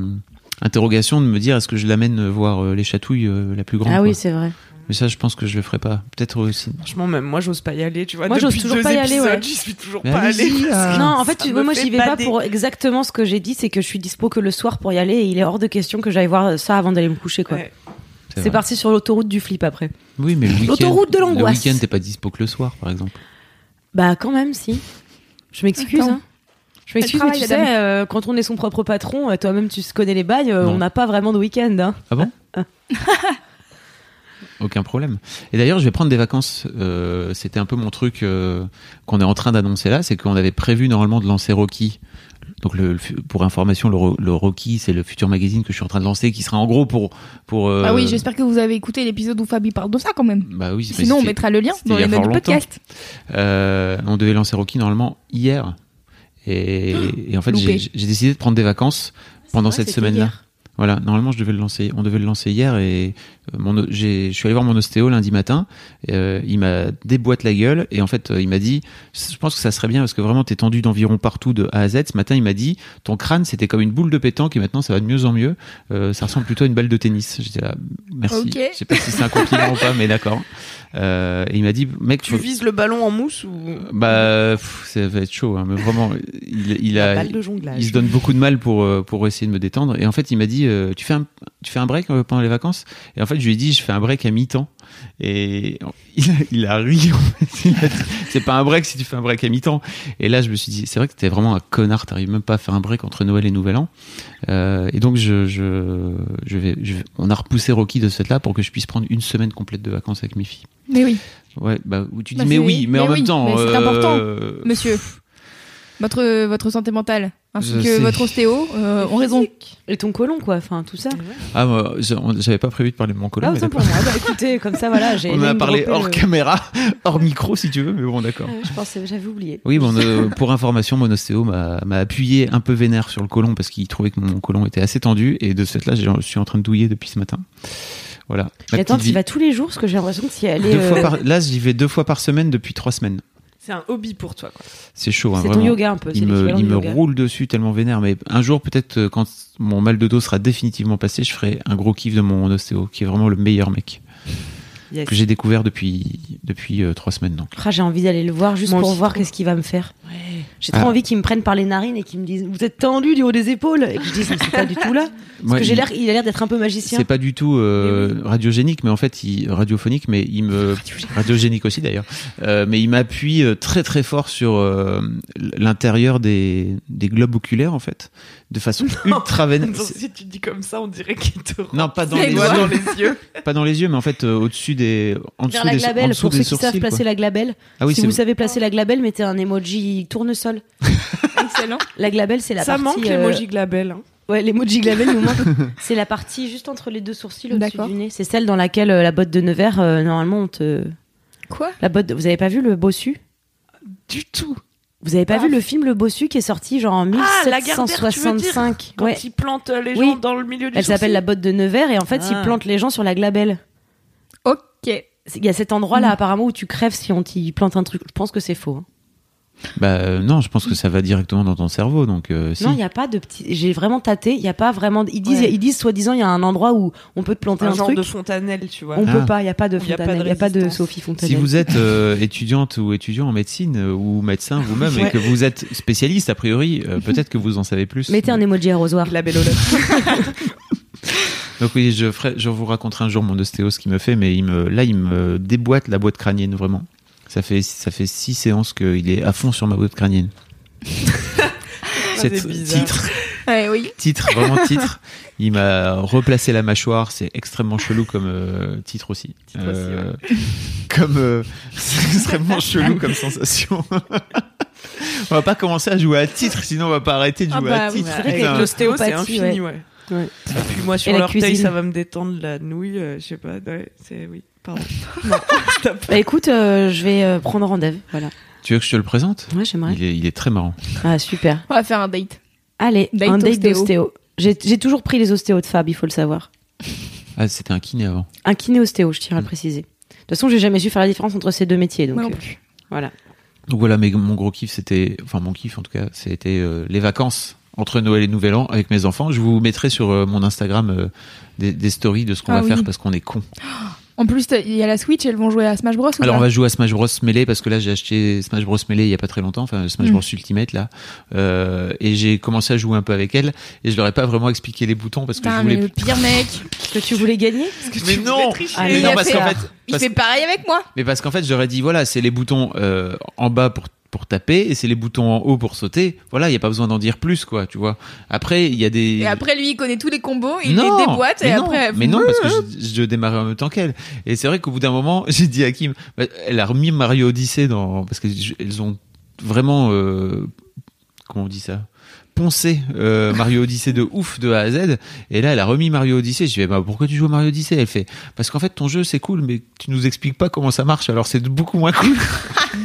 D: interrogation de me dire est-ce que je l'amène voir euh, les chatouilles euh, la plus grande.
C: Ah
D: quoi.
C: oui, c'est vrai.
D: Mais ça, je pense que je le ferai pas. Peut-être aussi.
E: Franchement, même moi, j'ose pas y aller. Tu vois,
C: Moi, j'ose
E: depuis
C: toujours
E: deux
C: pas y aller,
E: épisodes,
C: ouais.
E: J'y suis toujours
D: Mais
E: pas allée.
D: allez-y, là.
C: Non, en fait,
E: Ça
C: tu-
E: me
C: moi,
E: fait
C: j'y vais pas
E: bader.
C: pour exactement ce que j'ai dit, c'est que je suis dispo que le soir pour y aller et il est hors de question que j'aille voir ça avant d'aller me coucher, quoi.
E: Ouais.
D: C'est
C: C'est
D: vrai.
C: parti sur l'autoroute du flip après.
D: Oui, mais le week-end.
C: L'autoroute de l'angoisse.
D: Le week-end, t'es pas dispo que le soir, par exemple.
C: Bah, quand même, si. Je m'excuse,
A: Attends.
C: hein. Je m'excuse,
A: Elle
C: mais tu
A: travaille, la
C: sais, euh, quand on est son propre patron, euh, toi-même, tu connais les bails, euh,
D: Non.
C: on n'a pas vraiment de week-end, hein.
D: Ah bon Aucun problème. Et d'ailleurs, je vais prendre des vacances. Euh, C'était un peu mon truc euh, qu'on est en train d'annoncer là, c'est qu'on avait prévu normalement de lancer Rocky. Donc, le, le fu- pour information, le, Ro- le Rocky, c'est le futur magazine que je suis en train de lancer, qui sera en gros pour pour. euh,
A: Ah oui, j'espère que vous avez écouté l'épisode où Fabi parle de ça quand même.
D: Bah oui.
A: Sinon, on
D: c'était-
A: mettra le lien
D: c'était
A: dans
D: il y
A: les
D: a
A: notes
D: fort
A: du
D: longtemps.
A: podcast.
D: Euh, on devait lancer Rocky normalement hier. Et, et en fait,
A: Loupé.
D: j'ai j'ai décidé de prendre des vacances pendant
C: vrai,
D: cette
C: c'était
D: semaine-là.
C: hier.
D: Voilà, normalement, je devais le lancer. On devait le lancer hier et euh, mon, o- j'ai- je suis allé voir mon ostéo lundi matin. et, euh, il m'a déboîte la gueule et en fait, euh, il m'a dit, je pense que ça serait bien parce que vraiment, t'es tendu d'environ partout de A à Z. Ce matin, il m'a dit, ton crâne, c'était comme une boule de pétanque et maintenant, ça va de mieux en mieux. Euh, ça ressemble plutôt à une balle de tennis. J'étais là, merci.
A: Ok.
D: Je sais pas si c'est un compliment ou pas, mais d'accord. Euh, et il m'a dit, mec,
E: Tu
D: faut-
E: vises le ballon en mousse ou
C: Euh,
D: bah, pff, ça va être chaud, hein, mais vraiment, il, il a,
E: balle de jonglage
D: il se donne beaucoup de mal pour euh, pour essayer de me détendre. Et en fait, il m'a dit, euh, tu fais un, tu fais un break euh, pendant les vacances. Et en fait, je lui ai dit, je fais un break à mi-temps. Et il a, il a ri. en fait. Il a dit, c'est pas un break si tu fais un break à mi-temps. Et là, je me suis dit, c'est vrai que t'es vraiment un connard. T'arrives même pas à faire un break entre Noël et Nouvel An. Euh, et donc, je, je, je vais, je vais- on a repoussé Rocky de cette là pour que je puisse prendre une semaine complète de vacances avec mes filles.
A: Mais oui,
D: Ouais, bah, où tu dis,
A: Bah,
D: mais
A: c'est-
D: oui,
A: mais
D: mais, en
A: oui,
D: même temps.
A: mais c'est
D: euh,
A: important, monsieur. Votre, votre santé mentale, ainsi
D: Je
A: que
D: sais.
A: votre ostéo, euh, ont raison.
C: Et ton colon, quoi, enfin tout ça.
D: Ah, moi, je- on- j'avais pas prévu de parler de mon colon.
C: Ah,
D: mais
C: autant pour
D: d'accord.
C: moi. Bah, écoutez, comme ça, voilà, j'ai.
D: on en a
C: même
D: parlé
C: droppé
D: hors
C: le-
D: caméra, hors micro si tu veux, mais bon, d'accord.
C: Je pensais, j'avais oublié.
D: Oui, bon, euh, pour information, mon ostéo m'a m'a appuyé un peu vénère sur le colon parce qu'il trouvait que mon colon était assez tendu et de ce fait-là, j'ai- je suis en train de douiller depuis ce matin. Voilà. Ma
C: Mais attends,
D: petite
C: tu
D: vie.
C: vas tous les jours, parce que j'ai l'impression que si elle est.
D: Deux fois
C: euh,
D: par- Là, j'y vais deux fois par semaine depuis trois semaines.
E: C'est un hobby pour toi. Quoi.
D: C'est chaud, hein,
C: C'est ton
D: vraiment.
C: yoga un peu. c'est
D: Il me,
C: l'équivalent
D: il
C: du
D: me
C: yoga.
D: roule dessus tellement vénère, mais un jour peut-être euh, quand mon mal de dos sera définitivement passé, je ferai un gros kiff de mon ostéo, qui est vraiment le meilleur mec
E: Yes.
D: que j'ai découvert depuis depuis euh, trois semaines. Donc
C: Ah, j'ai envie d'aller le voir juste
E: Moi
C: pour
E: aussi,
C: voir
E: trop.
C: qu'est-ce qu'il va me faire. J'ai trop
D: Ah.
C: envie qu'il me prenne par les narines et qu'il me dise Vous êtes tendu du haut des épaules Et que je dise Mais c'est pas du tout là. Parce
D: Ouais,
C: que j'ai
D: il-
C: l'air, il a l'air d'être un peu magicien.
D: c'est pas du tout euh, radiogénique, mais en fait, il, radiophonique, mais il me radiogénique aussi d'ailleurs, Euh, mais il m'appuie euh, très très fort sur euh, l'intérieur des, des globes oculaires en fait, de façon ultra vénère.
E: Attends, si tu dis comme ça, on dirait qu'il te rentre
D: Non, pas dans
A: Les
D: les,
A: doigts
D: yeux,
E: dans les yeux.
D: pas dans les yeux, mais en fait euh, au-dessus des, en dessous
C: Vers la
D: des, en
C: glabelle,
D: dessous
C: pour
D: des
C: ceux qui
D: sourcils.
C: savent placer
D: quoi.
C: la glabelle.
D: Ah oui,
C: si
D: c'est-
C: vous savez placer la glabelle, mettez un emoji tournesol.
A: Excellent.
C: La glabelle, c'est la
E: Ça
C: partie.
E: manque
C: euh,
E: l'emoji glabelle. Hein.
C: Ouais, l'emoji glabelle nous manque. c'est la partie juste entre les deux sourcils au-dessus
A: D'accord.
C: du nez. C'est celle dans laquelle euh, la botte de Nevers, euh, normalement, on te.
A: Quoi
C: La botte. de- Vous avez pas vu le bossu
E: Du tout.
C: Vous avez pas
E: Ah.
C: vu le film Le Bossu qui est sorti genre en
E: Ah, la Gardère, tu veux dire,
C: 1765
E: Quand
C: Ouais.
E: ils plantent euh, les gens
C: Oui.
E: dans le milieu du
C: Elle s'appelle la
E: sourcil.
C: botte de Nevers et en fait,
E: Ah.
C: ils plantent les gens sur la glabelle.
A: Ok.
C: C'est- Il y a cet endroit là
A: Mm.
C: apparemment où tu crèves si on t'y plante un truc. Je pense que c'est faux. hein.
D: Bah euh, non, je pense que ça va directement dans ton cerveau, donc euh, si.
C: Non, il n'y a pas de petit. J'ai vraiment tâté. Il y a pas vraiment. Ils disent,
E: Ouais.
C: ils disent soi-disant, il y a un endroit où on peut te planter un,
E: un genre
C: truc.
E: de fontanelle, tu vois.
C: On
D: Ah.
C: peut pas. Il y a pas de
E: Il y a pas de
C: Fontanelle. Il y a pas de
E: résistance.
C: Sophie Fontanelle.
D: Si vous êtes euh, étudiante ou étudiant en médecine euh, ou médecin vous-même et
C: Ouais.
D: que vous êtes spécialiste, a priori, euh, peut-être que vous en savez plus.
C: Mettez un emoji arrosoir.
E: Glabellologue.
D: Donc oui, je, ferai, je vous raconterai un jour mon ostéo ce qu'il me fait, mais il me, là, il me déboîte la boîte crânienne, vraiment. Ça fait, ça fait six séances qu'il est à fond sur ma boîte crânienne.
E: c'est
D: Cette-
E: bizarre.
D: titre,
A: Ouais, oui.
D: titre, vraiment titre. Il m'a replacé la mâchoire, c'est extrêmement chelou comme euh, titre aussi. Euh,
E: Titre aussi,
D: Comme euh, c'est extrêmement chelou comme sensation. on va pas commencer à jouer à titre, sinon on va pas arrêter de
A: Ah
D: jouer
A: bah
D: à
A: oui,
D: titre.
A: c'est
C: vrai
E: Ouais, avec
D: Putain.
C: qu'avec
E: l'ostéo, c'est
C: l'ostéopathie,
E: infini, ouais.
C: Ouais.
E: Et puis moi, sur
C: la
E: l'orteil,
C: cuisine.
E: ça va me détendre la nouille, euh, je sais pas. ouais, c'est... Oui, pardon.
C: Bah écoute, euh, je vais euh, prendre rendez-vous. Voilà.
D: Tu veux que je te le présente
C: Ouais, j'aimerais.
D: il, est, il est très marrant.
C: Ah super.
A: On va faire un date.
C: Allez,
A: Date
C: un date
A: ostéo.
C: d'ostéo. J'ai j'ai toujours pris les ostéos de Fab, il faut le savoir.
D: Ah, c'était un kiné avant.
C: Un kiné ostéo, je tiens à le préciser. De toute façon, j'ai jamais su faire la différence entre ces deux métiers. Donc,
A: Moi non
C: euh,
A: plus.
C: voilà.
D: Donc voilà, mais mon gros kiff, c'était, enfin mon kiff en tout cas, c'était euh, les vacances entre Noël et Nouvel An avec mes enfants. Je vous mettrai sur euh, mon Instagram euh, des, des stories de ce qu'on
A: Ah
D: va
A: oui.
D: faire parce qu'on est con.
A: En plus, t'as- il y a la Switch, elles vont jouer à Smash Bros. ou
D: Alors on
A: pas
D: va jouer à Smash Bros Melee parce que là j'ai acheté Smash Bros Melee il y a pas très longtemps, enfin Smash
A: Mm.
D: Bros Ultimate là, Euh, et j'ai commencé à jouer un peu avec elle et je leur ai pas vraiment expliqué les boutons parce que
A: Putain,
D: je
A: mais
D: voulais.
A: le pire mec.
C: Est-ce que tu voulais gagner
D: mais non,
C: Ah,
D: mais
C: il
D: non
C: a
D: parce
C: fait
D: qu'en
C: un-
D: fait,
A: Il
D: parce-
A: fait pareil avec moi.
D: mais parce qu'en fait j'aurais dit voilà c'est les boutons euh, en bas pour pour taper et c'est les boutons en haut pour sauter. Voilà, il y a pas besoin d'en dire plus quoi, tu vois. Après il y a des
A: Et après, lui, il connaît tous les combos, il
D: non,
A: les déboîte,
D: mais
A: et
D: non,
A: après.
D: Mais non, parce que je, je démarrais en même temps qu'elle. Et c'est vrai qu'au bout d'un moment, j'ai dit à Kim, bah, elle a remis Mario Odyssey dans. Parce qu'elles ont vraiment. euh, comment on dit ça Poncé euh, Mario Odyssey de ouf de A à Z. Et là, elle a remis Mario Odyssey. Je lui ai dit, bah, pourquoi tu joues à Mario Odyssey Elle fait, parce qu'en fait, ton jeu, c'est cool, mais tu nous expliques pas comment ça marche, alors c'est beaucoup moins cool.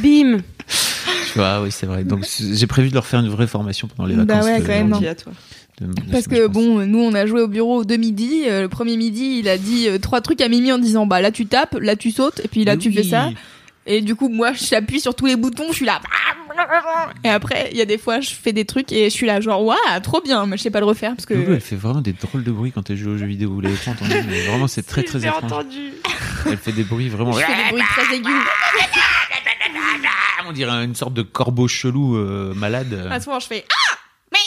C: Bim
D: Je fais, ah oui, c'est vrai. Donc, c'est- j'ai prévu de leur faire une vraie formation pendant les
A: Bah
D: vacances.
A: ouais,
D: de-
A: quand même,
D: de-
A: non.
E: Dis à toi.
D: de- de-
A: Parce que bon, nous on a joué au bureau de midi. euh, le premier midi, il a dit euh, trois trucs à Mimi en disant bah là tu tapes, là tu sautes, et puis là
D: Mais
A: tu fais
D: oui.
A: ça. Et du coup, moi, j'appuie sur tous les boutons, je suis là. Et après, il y a des fois, je fais des trucs et je suis là, genre, waouh, trop bien, mais je sais pas le refaire parce
D: Loulou,
A: que.
D: elle fait vraiment des drôles de bruits quand elle joue aux jeux vidéo, vous l'avez pas entendu, mais vraiment c'est très très
E: J'ai
D: étrange.
E: entendu.
D: Elle fait des bruits vraiment.
A: Je fais des bruits très aigus.
D: Ah, On dirait une sorte de corbeau chelou euh, malade.
A: À ce moment, je fais Ah Mais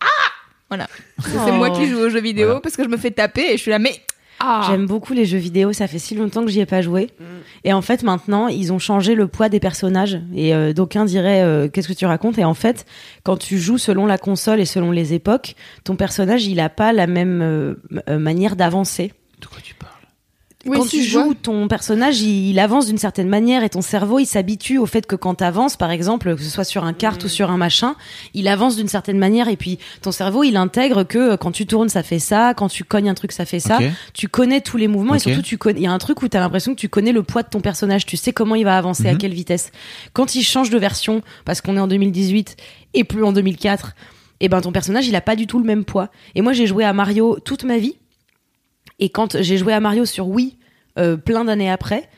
A: Ah Voilà. C'est moi qui joue aux jeux vidéo
D: Voilà.
A: parce que je me fais taper et je suis là, mais Ah Mm.
C: J'aime beaucoup les jeux vidéo, ça fait si longtemps que j'y ai pas joué. Et en fait, maintenant, ils ont changé le poids des personnages. Et euh, d'aucuns diraient euh, Qu'est-ce que tu racontes Et en fait, quand tu joues selon la console et selon les époques, ton personnage, il a pas la même euh, m- euh, manière d'avancer.
D: De quoi tu parles
A: Oui,
C: quand
A: si,
C: tu
A: je vois.
C: joues, ton personnage, il, il avance d'une certaine manière et ton cerveau, il s'habitue au fait que quand t'avances, par exemple, que ce soit sur un kart
A: Mm.
C: ou sur un machin, il avance d'une certaine manière et puis ton cerveau, il intègre que euh, quand tu tournes, ça fait ça, quand tu cognes un truc, ça fait ça.
D: Ok.
C: Tu connais tous les mouvements
D: Ok.
C: et surtout, tu connais. Il y a un truc où t'as l'impression que tu connais le poids de ton personnage, tu sais comment il va avancer, à
D: Mhm.
C: quelle vitesse. Quand il change de version, parce qu'on est en 2018 et plus en 2004, et ben ton personnage, il a pas du tout le même poids. Et moi, j'ai joué à Mario toute ma vie. Et quand j'ai joué à Mario sur Wii, euh, plein d'années après,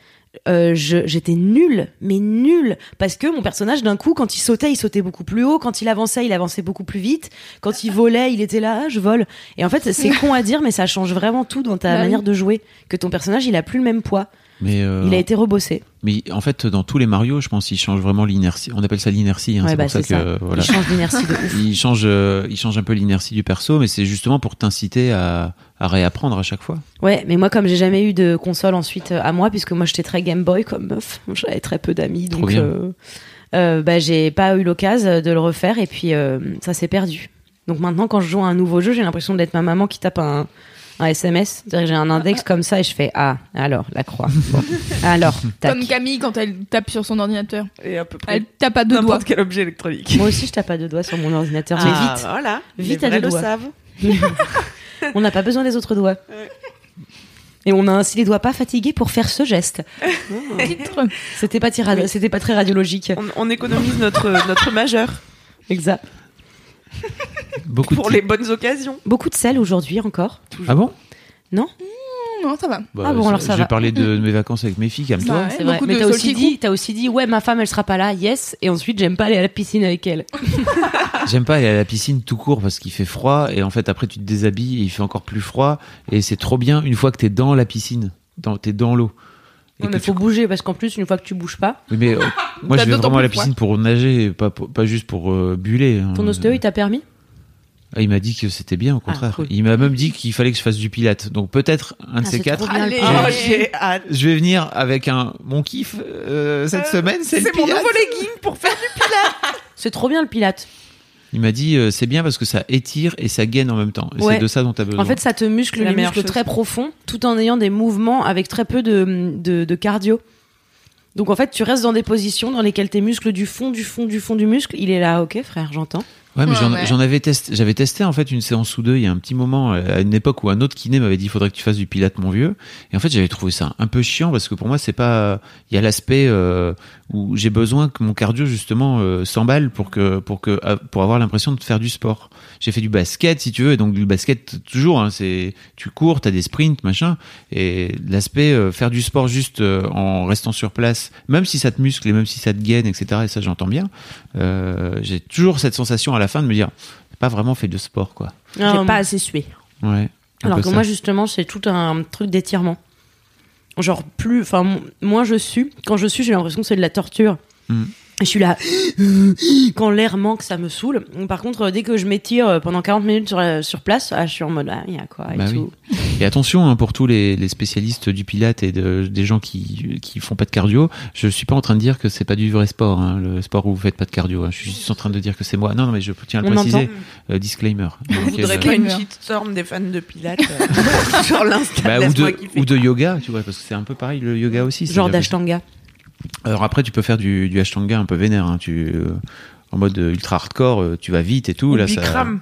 C: euh, je- j'étais nulle, mais nulle, parce que mon personnage d'un coup, quand il sautait, il sautait beaucoup plus haut, quand il avançait, il avançait beaucoup plus vite, quand il volait, il était là, ah, je vole. Et en fait, c'est con à dire, mais ça change vraiment tout dans ta
A: Bah oui.
C: manière de jouer, que ton personnage, il a plus le même poids,
D: Mais, euh,
C: il a été rebossé.
D: mais en fait, dans tous les Mario, je pense qu'ils changent vraiment l'inertie. On appelle ça l'inertie. hein,
C: Ouais,
D: c'est
C: bah,
D: pour ça que
C: c'est ça.
D: euh, voilà.
C: Il change d'inertie de ouf.
D: Il change, euh, il change un peu l'inertie du perso, mais c'est justement pour t'inciter à, à réapprendre à chaque fois.
C: Ouais, mais moi, comme j'ai jamais eu de console ensuite euh, à moi, puisque moi j'étais très Game Boy comme meuf, j'avais très peu d'amis,
D: Trop
C: donc
D: bien.
C: euh, euh, bah, j'ai pas eu l'occasion de le refaire, et puis euh, ça s'est perdu. Donc maintenant, quand je joue à un nouveau jeu, j'ai l'impression d'être ma maman qui tape un, un SMS. C'est-à-dire que j'ai un index comme ça et je fais Ah, alors, la croix. Bon. Alors, tac.
A: Comme Camille quand elle tape sur son ordinateur.
E: Et à peu près
A: Elle tape à deux doigts.
E: n'importe quel objet électronique.
C: Moi aussi, je tape à deux doigts sur mon ordinateur,
E: Ah,
C: mais
E: Voilà.
C: Vite
E: les
C: à
E: vrais
C: deux
E: le
C: doigts.
E: savent.
C: vite. On n'a pas besoin des autres doigts. Et on a ainsi les doigts pas fatigués pour faire ce geste.
A: Titre.
C: C'était pas, tira- c'était pas très radiologique.
E: On, on économise notre, notre majeur
C: Exact.
D: Beaucoup
E: pour
D: de...
E: les bonnes occasions.
C: Beaucoup de sel aujourd'hui encore.
D: Ah bon
A: Non, ça va.
D: Bah,
C: Ah bon,
D: je-
C: alors ça
D: J'ai
C: va.
D: parlé de, de mes vacances avec mes filles, calme-toi.
A: Ouais,
C: C'est vrai.
A: beaucoup
C: Mais
A: de
C: t'as aussi,
A: salty
C: dit, t'as aussi dit, ouais, ma femme, elle sera pas là, yes. Et ensuite, j'aime pas aller à la piscine avec elle.
D: J'aime pas aller à la piscine tout court parce qu'il fait froid et en fait après tu te déshabilles et il fait encore plus froid et c'est trop bien une fois que t'es dans la piscine, dans, t'es dans l'eau. Et
C: mais
D: que tu-
C: faut bouger parce qu'en plus, une fois que tu bouges pas,
D: Oui, mais euh, moi
A: T'as
D: je vais
A: d'autant
D: vraiment à la
A: plus froid.
D: piscine pour nager, et pas, pour- pas juste pour euh, buller. hein.
C: ton ostéo, il t'a permis
D: Ah, il m'a dit que c'était bien au contraire.
C: cool.
D: Il m'a même dit qu'il fallait que je fasse du pilate. Donc peut-être un de
C: Ah,
D: ces
C: c'est
D: quatre.
C: trop bien, le
A: Allez.
C: pauvre.
E: Oh,
A: Ouais.
E: j'ai hâte.
D: Je vais venir avec un mon kiff euh, cette
E: Euh,
D: semaine, c'est le
E: C'est mon
D: pilate.
E: nouveau legging pour faire.
C: C'est trop bien le pilate.
D: Il m'a dit euh, c'est bien parce que ça étire et ça gaine en même temps. Et
C: Ouais.
D: c'est de ça dont t'as besoin.
C: En fait, ça te muscle
E: C'est la
C: les
E: meilleure
C: muscles
E: chose.
C: très profonds tout en ayant des mouvements avec très peu de, de, de cardio. Donc en fait, tu restes dans des positions dans lesquelles tes muscles du fond, du fond, du fond du muscle, il est là, ok frère, j'entends.
D: Ouais, mais
A: Ouais,
D: j'en
A: ouais.
D: j'en avais testé, j'avais testé en fait une séance ou deux il y a un petit moment, euh, à une époque où un autre kiné m'avait dit il faudrait que tu fasses du pilate, mon vieux. Et en fait, j'avais trouvé ça un peu chiant parce que pour moi, c'est pas. Il y a l'aspect euh, où j'ai besoin que mon cardio justement euh, s'emballe pour que pour que à- pour avoir l'impression de faire du sport. J'ai fait du basket si tu veux, et donc du basket toujours. Hein, c'est tu cours, t'as des sprints, machin. Et l'aspect euh, faire du sport juste euh, en restant sur place, même si ça te muscle et même si ça te gaine, etc. Et ça, j'entends bien. Euh, j'ai toujours cette sensation à la fin de me dire j'ai pas vraiment fait de sport quoi.
C: Ah,
E: assez sué.
D: Ouais. un
C: Alors
D: peu
C: que
D: ça.
C: moi, justement, c'est tout un truc d'étirement. Genre, plus. Enfin, m- moins je sue. Quand je sue, j'ai l'impression que c'est de la torture.
D: Mm.
C: Et je suis là. Quand l'air manque, ça me saoule. Par contre, dès que je m'étire euh, pendant 40 minutes sur, la- sur place, ah, je suis en mode, ah, il y a quoi et
D: Bah oui.
C: tout.
D: Et attention hein, pour tous les, les spécialistes du pilate et de- des gens qui qui font pas de cardio, je suis pas en train de dire que c'est pas du vrai sport, hein, le sport où vous faites pas de cardio. hein. Je suis juste en train de dire que c'est moi. Non, non mais je tiens à le
C: On
D: préciser.
C: entend.
D: Euh, disclaimer.
E: Vous
D: Ok,
E: voudrez
D: bah,
E: pas une
A: Disclaimer.
E: petite storm des fans de Pilates euh, sur l'Insta
D: bah, ou,
E: laisse-moi
D: de,
E: kiffer.
D: ou de yoga, tu vois, parce que c'est un peu pareil le yoga aussi. c'est
C: Genre
D: la-
C: d'ashtanga.
D: Alors après, tu peux faire du, du ashtanga un peu vénère, hein, tu euh, en mode euh, ultra hardcore, euh, tu vas vite et tout.
E: Ou
D: là, ça-
E: Bikram.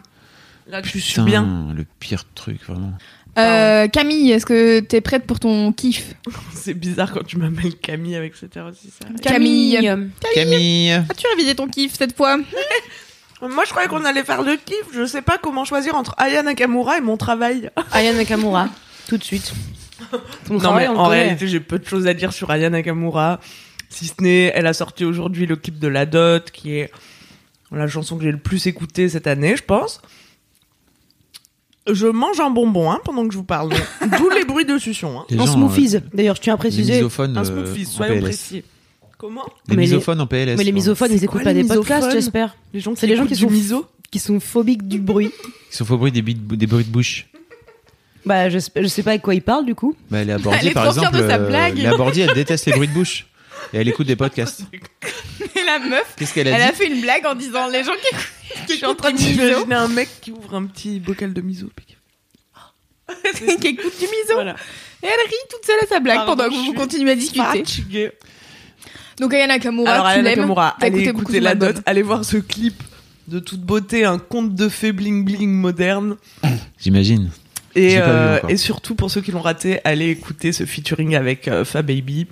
E: Là, tu suis
D: Putain,
E: bien.
D: Le pire truc vraiment.
A: Euh, Camille, est-ce que t'es prête pour ton kiff
E: C'est bizarre quand tu m'appelles Camille avec cet air aussi ça.
A: Camille.
D: Camille.
A: As-tu Ah, révisé ton kiff cette fois
E: Moi, je croyais qu'on allait faire le kiff. Je sais pas comment choisir entre Aya Nakamura et mon travail.
C: Aya Nakamura. Tout de suite. Ton
E: Non,
C: travail,
E: mais
C: on le
E: en
C: connaît.
E: réalité, j'ai peu de choses à dire sur Aya Nakamura. Si ce n'est, elle a sorti aujourd'hui le clip de La Dot, qui est la chanson que j'ai le plus écoutée cette année, je pense. Je mange un bonbon hein, pendant que je vous parle. D'où les bruits de succion. Hein.
D: Les
C: En
D: gens,
C: smoothies. D'ailleurs, je tiens à
D: euh, les
C: préciser.
D: misophones
E: Un
D: euh,
E: smoothie,
D: en
E: soyons
D: PLS.
E: précis. Comment
D: Les
C: Mais les-
D: misophones en
C: Mais
D: PLS.
C: les
D: pardon.
C: misophones, ils écoutent
E: quoi
C: pas
E: les
C: des podcasts,
E: misophones
C: j'espère.
E: Les gens,
C: C'est les gens qui
E: écoutent
C: sont,
E: du miso
C: qui sont phobiques du bruit.
D: Ils sont faux bruit des, bites- des bruits de bouche.
C: bah, je, sais- je sais pas avec quoi ils parlent du coup.
D: Bah, elle est abordée,
A: Elle est
D: par
A: trop fière
D: exemple.
A: de sa blague.
D: la Bordy, elle déteste les bruits de bouche. Et elle écoute des podcasts.
A: Et la meuf,
D: Qu'est-ce qu'elle
A: elle,
D: a
A: a
D: dit
A: fait une blague en disant les gens qui, qui sont en train de
E: J'imagine
A: miso.
E: un mec qui ouvre un petit bocal de miso. puis qui-
A: qui écoute du miso.
E: Voilà.
A: Et elle rit toute seule à sa blague
E: Pardon,
A: pendant que
E: je
A: vous
E: suis
A: continuez à discuter.
E: Fatigué.
A: Donc Aya Nakamura,
E: Alors,
A: tu
E: Ayana
A: l'aimes.
E: Nakamura,
A: T'as
E: allez
A: écouté beaucoup
E: écouter
A: son
E: la
A: album.
E: note, allez voir ce clip de toute beauté, un conte de fées bling bling moderne.
D: J'imagine. J'ai
E: Et,
D: pas vu
E: euh,
D: encore.
E: et surtout, pour ceux qui l'ont raté, allez écouter ce featuring avec euh, Fababy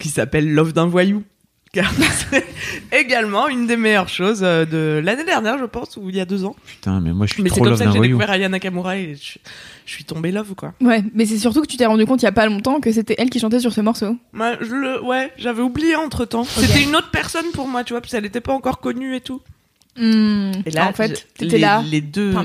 E: qui s'appelle Love d'un voyou. Car c'est également une des meilleures choses euh, de l'année dernière, je pense, ou il y a deux ans.
D: Putain, mais moi je suis
E: Mais c'est
D: trop
E: comme
D: love
E: ça que
D: d'un
E: j'ai
D: voyou.
E: découvert Aya Nakamura et je, je suis tombée love, quoi.
A: Ouais, mais c'est surtout que tu t'es rendu compte il y a pas longtemps que c'était elle qui chantait sur ce morceau.
E: Moi, je le, ouais, j'avais oublié entre temps. C'était une autre personne pour moi, tu vois, parce qu'elle n'était pas encore connue et tout.
A: Et là, en fait,
E: je-
A: t'étais
E: Hmm. les-
A: là.
E: Les deux.
A: Enfin,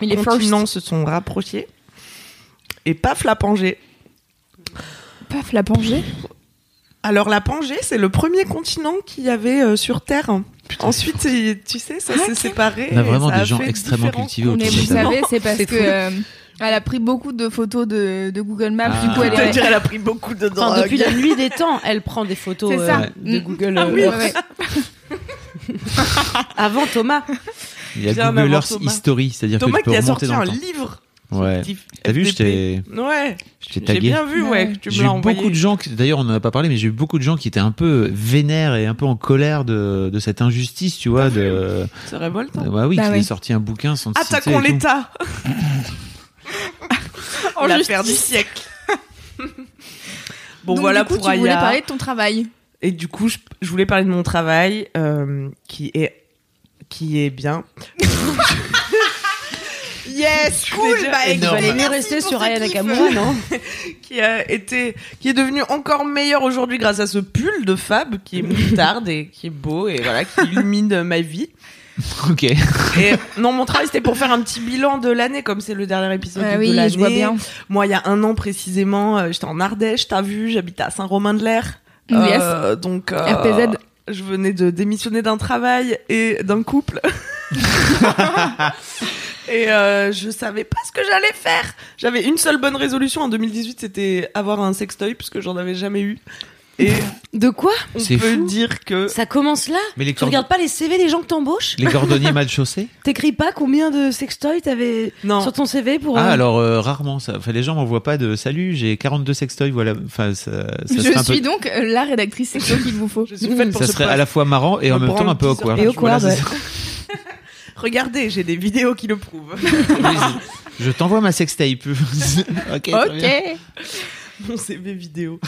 A: mais
E: les
A: les first,
E: continents se sont rapprochés. Et paf, la Pangée.
A: paf, la Pangée.
E: Alors, la Pangée, c'est le premier continent qu'il y avait euh, sur Terre. Ensuite, il- tu sais, ça s'est séparé.
D: On a
E: et
D: vraiment
E: ça
D: des gens
E: fait
D: extrêmement
E: différents Ah.
D: cultivés autour
A: Ah, Mais
D: de
A: vous
D: cette table.
A: savez, c'est parce
C: C'est
A: que
C: trop
A: euh, elle a pris beaucoup de photos de, de Google Maps.
D: Ah.
A: Du coup, elle est...
E: C'est-à-dire, elle a pris beaucoup de drogue.
C: Enfin, depuis la nuit des temps, elle prend des photos
A: C'est
C: euh,
A: ça.
C: de
A: Mm.
C: Google
A: Ah oui,
D: euh,
C: Earth.
A: ouais.
C: Avant Thomas,
D: Il y a
E: Bien
D: Google
E: avant
D: Earth
E: Thomas.
D: History, c'est-à-dire que
E: Thomas
D: tu peux
E: qui a sorti
D: remonter dans
E: un
D: le temps.
E: livre.
D: Ouais.
E: Diff-
D: T'as vu, je
E: FDP.
D: t'ai
E: Ouais.
D: je t'ai
E: J'ai
D: tagué.
E: bien vu, ouais, que tu me
D: J'ai
E: l'as
D: eu
E: envoyé.
D: beaucoup de gens, qui- d'ailleurs on en a pas parlé, mais j'ai eu beaucoup de gens qui étaient un peu vénères et un peu en colère de, de cette injustice, tu vois. De...
E: C'est révoltant.
D: Bah oui,
A: Bah
D: qui
A: ouais.
D: est sorti un bouquin sans te citer
E: Attaquons
D: Euh, et tout.
E: l'État.
A: En
E: L'affaire du
A: justice.
E: siècle. Bon,
A: Donc,
E: voilà
A: du coup,
E: pour
A: tu voulais
E: Aya.
A: parler de ton travail.
E: Et du coup, je, je voulais parler de mon travail euh, qui est qui est bien. yes,
A: cool, bah,
C: vous
D: Énorme.
C: allez mieux
A: Merci
C: rester
A: pour
C: sur hein.
A: ce
C: Aya
A: kiff.
C: Nakamura, non
E: qui a été qui est devenu encore meilleur aujourd'hui grâce à ce pull de Fab qui est moutarde et qui est beau et voilà qui illumine euh, ma vie.
D: Ok.
E: Et non, mon travail c'était pour faire un petit bilan de l'année comme c'est le dernier épisode
A: Ah
E: de
A: oui,
E: l'année.
A: je vois bien.
E: Moi, il y a un an précisément, euh, j'étais en Ardèche, t'as vu, j'habite à Saint-Romain-de-l'Air.
A: Mm,
E: Euh, donc euh,
A: RPZ.
E: Je venais de démissionner d'un travail et d'un couple. et euh, je savais pas ce que j'allais faire. J'avais une seule bonne résolution en 2018, c'était avoir un sextoy parce que j'en avais jamais eu. Et
C: De quoi
E: on
D: C'est
E: peut
D: fou.
E: dire que
C: Euh, Ça commence là
D: Mais les,
C: Tu regardes pas les CV des gens que t'embauches
D: les cordonniers mal chaussés
C: T'écris pas combien de sextoys t'avais
E: non.
C: sur ton CV pour...
D: Ah
C: euh,
D: alors euh, rarement ça. Enfin, les gens m'envoient pas de salut. J'ai 42 sextoys. Voilà. Enfin ça. ça
A: Je
D: serait un peu-
A: suis donc euh, la rédactrice sexo qu'il vous faut.
E: Je suis faite pour
D: Mm. Ça
E: ce
D: serait
E: poste.
D: à la fois marrant et
E: Un
D: en même temps un peu
E: brand teaser.
D: awkward.
C: Et awkward,
D: Voilà, c'est
E: Regardez, j'ai des vidéos qui le prouvent.
D: ça. je t'envoie ma sextape. ok. très
A: Ok.
D: bien.
E: Mon CV vidéo.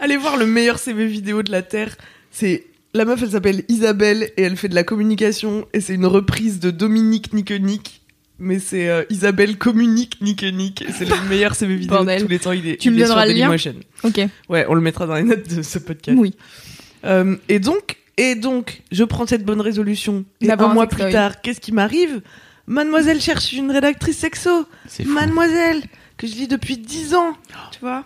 E: Allez voir le meilleur CV vidéo de la Terre. C'est la meuf, elle s'appelle Isabelle et elle fait de la communication et c'est une reprise de Dominique Niconic. Mais c'est euh, Isabelle communique Niconic. Et C'est le meilleur CV vidéo
A: Bordel.
E: de tous les temps. Il est,
A: Tu me
E: il est
A: donneras
E: sur
A: le lien
E: Dailymotion.
A: Ok.
E: Ouais, on le mettra dans les notes de ce podcast.
A: Oui.
E: Euh, et donc, et donc, je prends cette bonne résolution. Et un
A: D'avoir un
E: mois
A: sextoy.
E: plus tard, qu'est-ce qui m'arrive Mademoiselle cherche une rédactrice sexo.
D: C'est fou.
E: Mademoiselle, que je lis depuis 10 ans, tu vois.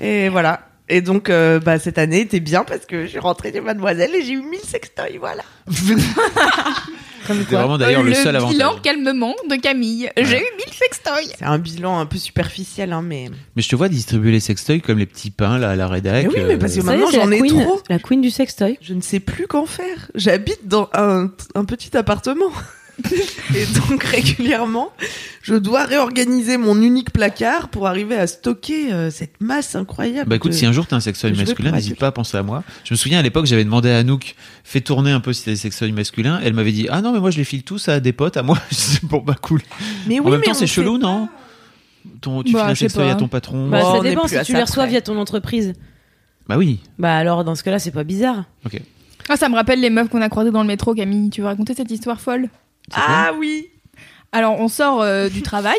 E: Et voilà. Et donc, euh, bah, cette année était bien parce que je suis rentrée chez Mademoiselle et j'ai eu 1000 sextoys, voilà.
D: C'était vraiment d'ailleurs le seul avantage.
A: Euh, bilan calmement de Camille. J'ai eu 1000 sextoys.
E: C'est un bilan un peu superficiel, hein, mais.
D: Mais je te vois distribuer les sextoys comme les petits pains là à la rédac.
E: Mais oui, mais parce que
D: euh,
C: ça y est,
E: maintenant,
C: c'est la
E: j'en ai
C: queen-
E: trop.
C: La queen du sextoy.
E: Je ne sais plus qu'en faire. J'habite dans un, un petit appartement. Et donc régulièrement, je dois réorganiser mon unique placard pour arriver à stocker euh, cette masse incroyable.
D: Bah écoute,
E: de-
D: si un jour t'as un sextoy
E: Je veux
D: masculin,
E: pour
D: n'hésite
E: adulte.
D: pas à penser à moi. Je me souviens à l'époque, j'avais demandé à Anouk, fais tourner un peu si t'as des sextoys masculins. Elle m'avait dit, ah non, mais moi je les file tous à des potes, à moi. Je dis, bon bah cool.
E: Mais
D: en même temps,
E: on
D: c'est
E: sait
D: chelou,
E: pas.
D: non Ton, Tu
A: Bah,
D: files un
A: je sais
D: sextoy
A: pas.
D: à ton patron
C: Bah,
D: Bah,
E: on
C: ça
E: est
C: dépend
E: plus
C: si
E: à
C: tu
E: ça
C: les reçois
E: près.
C: via ton entreprise.
D: oui.
C: Bah alors dans ce cas-là, c'est pas bizarre.
D: Ok.
A: Ah, ça me rappelle les meufs qu'on a croisées dans le métro, Camille. Tu veux raconter cette histoire folle
E: Ah oui.
A: Alors, on sort euh, du travail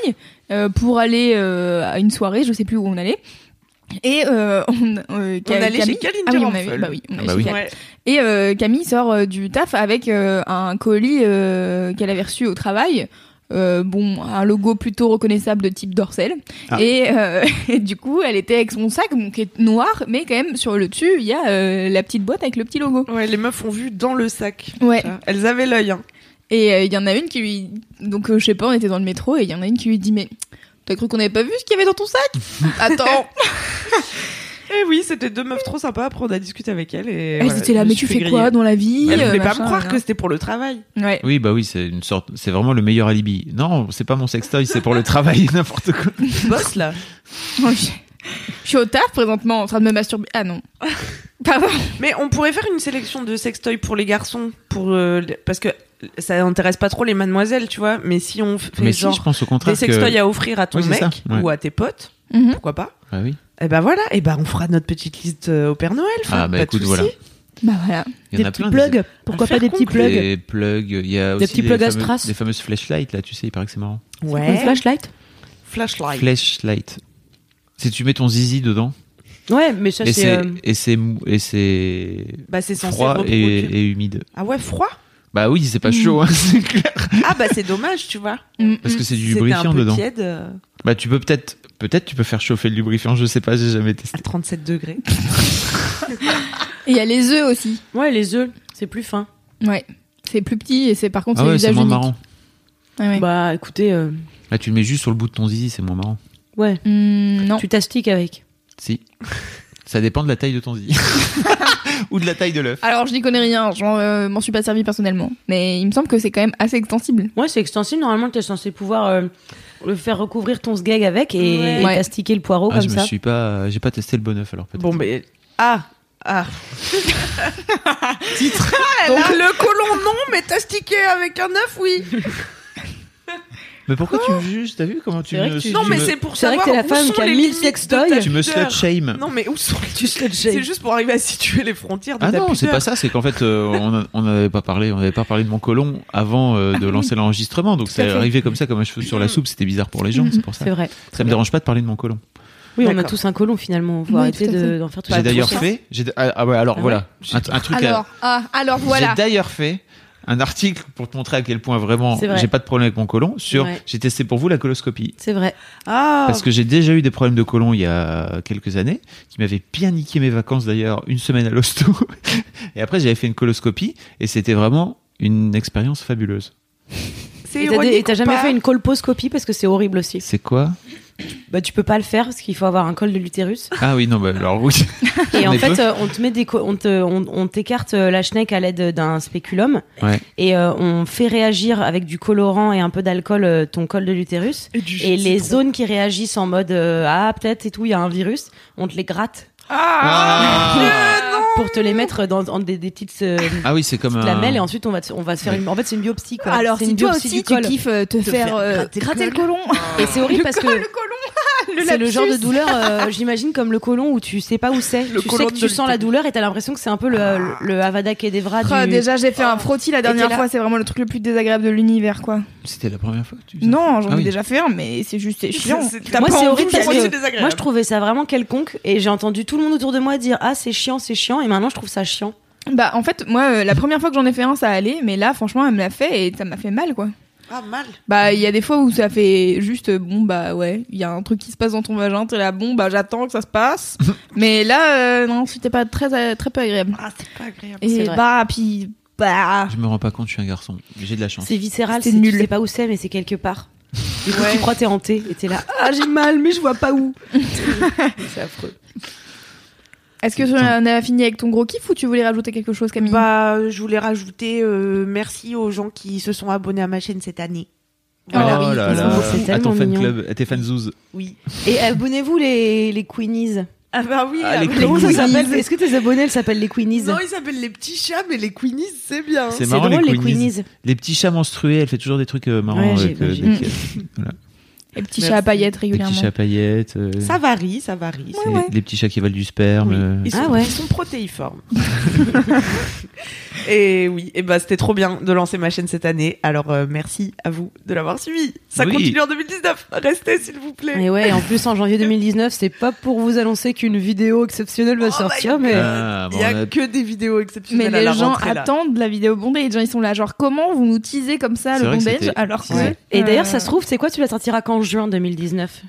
A: euh, pour aller euh, à une soirée, je sais plus où on allait. Et euh, on, euh,
E: On
A: Ca-
E: allait
A: Camille-
E: chez Caline
A: Ah oui, on
E: Dirampfel.
A: avait- bah oui, on allait
D: Ah bah
A: chez
D: oui.
A: Caline.
E: Ouais.
A: Et euh, Camille sort euh, du taf avec euh, un colis euh, qu'elle avait reçu au travail. Euh, bon, un logo plutôt reconnaissable de type dorsel.
D: Ah.
A: Et, euh, et du coup, elle était avec son sac, bon, qui est noir, mais quand même, sur le dessus, il y a euh, la petite boîte avec le petit logo.
E: Ouais, les meufs ont vu dans le sac.
A: Ouais.
E: Ça. Elles avaient l'œil. Hein.
A: Et euh, il y en a une qui lui. Donc, euh, je sais pas, on était dans le métro, et il y en a une qui lui dit Mais t'as cru qu'on avait pas vu ce qu'il y avait dans ton sac Attends
E: Et Eh oui, c'était deux meufs trop sympas. Après, on a discuté avec elles. Et
A: Elle
E: voilà,
A: était
E: je
A: là,
E: me
A: mais
E: suis
A: tu
E: fait
A: fais
E: griller. Bah,
A: quoi dans la vie
E: Elle
A: Euh,
E: voulait pas
A: machin,
E: me croire que
A: voilà.
E: c'était pour le travail.
A: Ouais.
D: Oui, bah oui, c'est une sorte, c'est vraiment le meilleur alibi. Non, c'est pas mon sextoy, c'est pour le travail, n'importe quoi.
E: Boss là.
A: Je suis au taf présentement en train de me masturber. Ah non. Pardon.
E: Mais on pourrait faire une sélection de sextoys pour les garçons, pour euh, les- parce que ça intéresse pas trop les mademoiselles, tu vois. Mais si on fait
D: Mais si,
E: genre
D: je pense au
E: des
D: contraire
E: sextoys
D: que.
E: à offrir à ton
D: Oui, c'est
E: mec
D: ça, ouais.
E: ou à tes potes,
A: Mhm.
E: pourquoi pas
D: Ah oui.
E: Et ben voilà. Et ben on fera notre petite liste euh, au Père Noël. enfin,
D: Ah bah
E: pas de
D: écoute,
E: soucis.
D: voilà.
A: Bah voilà.
D: Il y
C: des
D: en a
C: petits
D: plein.
C: plugs.
D: des-
C: Pourquoi
E: Faire
C: pas des petits
E: conclure.
C: plugs
D: Des plugs. Il y a
C: Des
D: aussi
C: petits plugs à
D: fameux-
C: strass.
D: des fameuses flashlights là, tu sais, il paraît que c'est marrant.
C: Une
E: Ouais.
C: flashlight
E: Flashlight.
D: Flashlight. Si tu mets ton zizi dedans,
C: Ouais, mais ça
D: et
C: c'est.
D: c'est
C: euh,
D: et c'est mou- et c'est
E: Bah c'est censé
D: froid et,
E: reproduire.
D: et humide.
E: Ah ouais, froid.
D: Bah oui, c'est pas chaud, hein, c'est clair.
E: Ah bah c'est dommage, tu vois.
A: Mm,
D: Parce
A: mm.
D: que c'est du
E: C'était un
D: lubrifiant
E: peu
D: dedans.
E: tiède euh,
D: Bah tu peux peut-être, peut-être tu peux faire chauffer le lubrifiant. Je sais pas, j'ai jamais testé.
E: à 37 degrés.
D: Ah,
A: Et il y a les œufs aussi.
C: Ouais, les œufs, c'est plus fin.
A: Ouais. C'est plus petit et c'est par contre
D: Ah ouais,
A: c'est
D: c'est
A: usage
D: moins
A: unique.
D: marrant.
A: Ah ouais.
C: Bah écoutez, euh,
D: Là, tu le mets juste sur le bout de ton zizi, c'est moins marrant.
C: ouais,
A: Mm, non.
C: tu t'astiques avec.
D: Si. Ça dépend de la taille de ton zizi. Ou de la taille de l'œuf.
A: Alors je n'y connais rien. Je euh, m'en suis pas servi personnellement. Mais il me semble que c'est quand même assez extensible.
C: Ouais, c'est extensible. Normalement, t'es censé pouvoir euh, le faire recouvrir ton sgeg avec et,
E: Ouais.
C: et
A: Ouais.
C: t'astiquer le poireau
D: Ah, je
C: comme
D: me
C: ça.
D: suis pas, j'ai pas testé le bon œuf alors peut-être.
E: Bon mais ah ah.
D: titre.
C: Ah,
E: Donc le colon non, mais t'astiqué avec un œuf oui.
D: Mais pourquoi tu me juges T'as vu comment tu
C: C'est vrai
D: me
C: que tu-
E: Non
D: tu
E: mais
D: me-
E: c'est pour
C: C'est vrai
E: savoir
C: que t'es la
E: où
C: femme
E: sont
C: qui a
E: les
C: mille
E: limites de
C: sextoys.
E: ta
D: tu me
E: pudeur.
D: slut shame.
E: Non mais où sont les
C: Tu slut shame.
E: C'est juste pour arriver à situer les frontières de
D: Ah
E: ta
D: non, c'est
E: pudeur.
D: pas ça, c'est qu'en fait euh, on a- on n'avait pas parlé, on n'avait pas parlé de mon colon avant euh, de lancer l'enregistrement, donc c'est
A: à fait.
D: arrivé comme ça comme un cheveu sur la soupe, c'était bizarre pour les gens, Mm. c'est pour ça.
C: C'est vrai.
D: Ça me dérange pas de parler de mon colon.
C: Oui, on a
E: D'accord.
C: tous un colon finalement. Faut
A: Oui,
C: arrêter
A: tout à
C: de-
A: fait.
C: d'en faire tout
D: J'ai
C: ça.
D: d'ailleurs
C: Tout ça.
D: fait, j'ai d- ah, ah ouais, alors
C: Ah
D: voilà, un, un truc à-
A: Alors ah alors voilà.
D: J'ai d'ailleurs fait un article pour te montrer à quel point vraiment
C: C'est vrai.
D: j'ai pas de problème avec mon colon sur
C: Ouais.
D: j'ai testé pour vous la coloscopie
C: C'est vrai.
E: Ah
D: parce que j'ai déjà eu des problèmes de colon il y a quelques années qui m'avaient bien niqué mes vacances d'ailleurs une semaine à l'hosto et après j'avais fait une coloscopie et c'était vraiment une expérience fabuleuse.
E: c'est
C: Et t'as-
E: ironique.
C: et t'as
E: ou
C: jamais
E: pas
C: fait une colposcopie parce que c'est horrible aussi.
D: C'est quoi
C: Bah tu peux pas le faire parce qu'il faut avoir un col de l'utérus.
D: Ah oui non bah alors oui.
C: Et
D: On
C: en
D: est
C: fait,
D: peu.
C: euh, on te met des, co- on te- on- on t'écarte euh, la schneck à l'aide d'un spéculum
D: Ouais.
C: et euh, on fait réagir avec du colorant et un peu d'alcool euh, ton col de l'utérus.
E: Et, du jus
C: Et
E: de
C: les
E: citron.
C: zones qui réagissent en mode euh, ah peut-être et tout, il y a un virus, on te les gratte
D: Ah,
C: pour te les mettre dans, dans des, des petites euh,
D: Ah oui c'est comme
C: petites
D: un
C: lamelles et ensuite on va te- on va se faire une en fait c'est une biopsie quoi.
A: Alors
C: c'est
A: si
C: une
A: toi
C: biopsie
A: aussi
C: du
A: tu
C: col.
A: kiffes euh, te
C: Te
A: faire,
C: faire
A: euh,
C: gratter le
A: gratter le
C: col. Ah,
A: colon.
C: et c'est horrible
A: Le
C: parce
A: col,
C: que
A: le colon. ah, Le
C: c'est le genre de
A: lapsus.
C: douleur, euh, j'imagine, comme le colon où tu sais pas où c'est. Tu
E: Le
C: sais
E: colon
C: que
E: de
C: tu sens la
E: l'utérus.
C: douleur et t'as l'impression que c'est un peu le, le Avada Kedavra
A: Ah,
C: du... Oh.
A: déjà j'ai fait un frottis la dernière
C: là-
A: fois, c'est vraiment le truc le plus désagréable de l'univers quoi.
D: C'était la première fois que tu faisais ça
A: Non, j'en
D: Ah
A: ai
D: oui.
A: déjà fait un, mais c'est juste c'est chiant.
E: C'est- c'est- t'as
C: Moi,
E: pas
C: c'est
E: envie
C: horrible
E: de
C: parce
E: voir,
C: que
E: c'est désagréable.
C: Moi, je trouvais ça vraiment quelconque et j'ai entendu tout le monde autour de moi dire ah c'est chiant, c'est chiant et maintenant je trouve ça chiant.
A: Bah en fait, moi, euh, la première fois que j'en ai fait un, ça allait, mais là, franchement, elle me l'a fait et ça m'a fait mal, quoi.
E: Ah mal.
A: Bah il y a des fois où ça fait juste, euh, bon bah ouais, il y a un truc qui se passe dans ton vagin, t'es là, bon bah j'attends que ça se passe. mais là, euh, non, c'était pas très, euh, très peu agréable.
E: Ah c'est pas agréable.
C: C'est
A: Et
C: vrai.
A: bah, puis, bah...
D: Je me rends pas compte je suis un garçon j'ai de la chance.
C: C'est viscéral,
A: C'est
C: c'est nul.
A: nul.
C: Tu sais pas où c'est mais c'est quelque part. Du coup, tu crois t'es hanté et t'es là ah j'ai mal mais je vois pas où. c'est affreux.
A: Est-ce que tu en as fini avec ton gros kiff ou tu voulais rajouter quelque chose, Camille
E: Bah euh, je voulais rajouter euh, merci aux gens qui se sont abonnés à ma chaîne cette année.
A: Voilà.
D: Oh là
C: oui,
D: là.
C: c'est
D: à
C: tellement
D: ton fan
C: mignon.
D: club, à tes fanzous.
E: Oui.
C: Et abonnez-vous les les Queenies.
E: Ah bah oui.
D: Ah, les
E: alors-
C: Comment ça
D: Queenies.
C: s'appelle Est-ce que tes abonnés elles s'appellent les Queenies
E: Non, ils s'appellent les petits chats, mais les queenies, c'est bien.
D: C'est
C: C'est
D: marrant
C: drôle
D: les
C: les
D: Queenies.
C: Queenies.
D: Les petits chats menstrués, elle fait toujours des trucs euh, marrants
C: Ouais, j'ai-
D: avec, euh,
C: j'ai-
D: des-
A: Les petits chats à paillettes
D: Les petits
A: régulièrement.
D: chats à paillettes, euh,
E: Ça varie, ça varie.
D: les, les petits chats qui valent du sperme.
E: Oui.
D: euh,
E: Ils, sont,
C: Ah ouais.
E: ils sont protéiformes. et oui, et bah c'était trop bien de lancer ma chaîne cette année. Alors euh, merci à vous de l'avoir suivi. Ça
D: Oui.
E: continue en 2019. Restez s'il vous plaît.
C: Mm. Et ouais, en plus, en janvier 2019, c'est pas pour vous annoncer qu'une vidéo exceptionnelle va
E: Oh my
C: sortir, mais.
E: God.
D: Ah,
E: Il
D: bon,
E: n'y
D: on
E: a
D: a-
E: que des vidéos
A: Mais
E: exceptionnelles à
A: les
E: la
A: gens
E: rentrée, là.
A: attendent la vidéo bondage. Les gens, ils sont là, genre, comment vous nous teasez comme ça
D: C'est
A: le
D: vrai que
A: bondage
D: c'était-
A: alors que.
D: Ouais.
C: Et d'ailleurs,
A: Euh,
C: ça se trouve, c'est quoi Tu la sortiras qu'en juin 2019.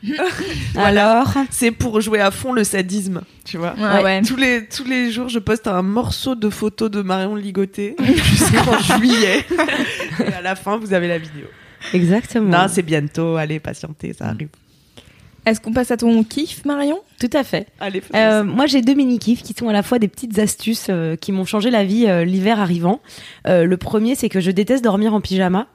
C: Alors
E: C'est pour jouer à fond le sadisme, tu vois.
C: Ah
A: Ouais, ouais.
E: Tous les tous les jours, je poste un morceau de photo de Marion Ligoté jusqu'en juillet. Et à la fin, vous avez la vidéo.
C: Exactement.
E: Non, c'est bientôt. Allez, patientez, ça arrive.
A: Est-ce qu'on passe à ton kiff, Marion
C: Tout à fait.
E: Allez,
C: Euh, moi, j'ai deux mini-kifs qui sont à la fois des petites astuces euh, qui m'ont changé la vie euh, l'hiver arrivant. Euh, le premier, c'est que je déteste dormir en pyjama.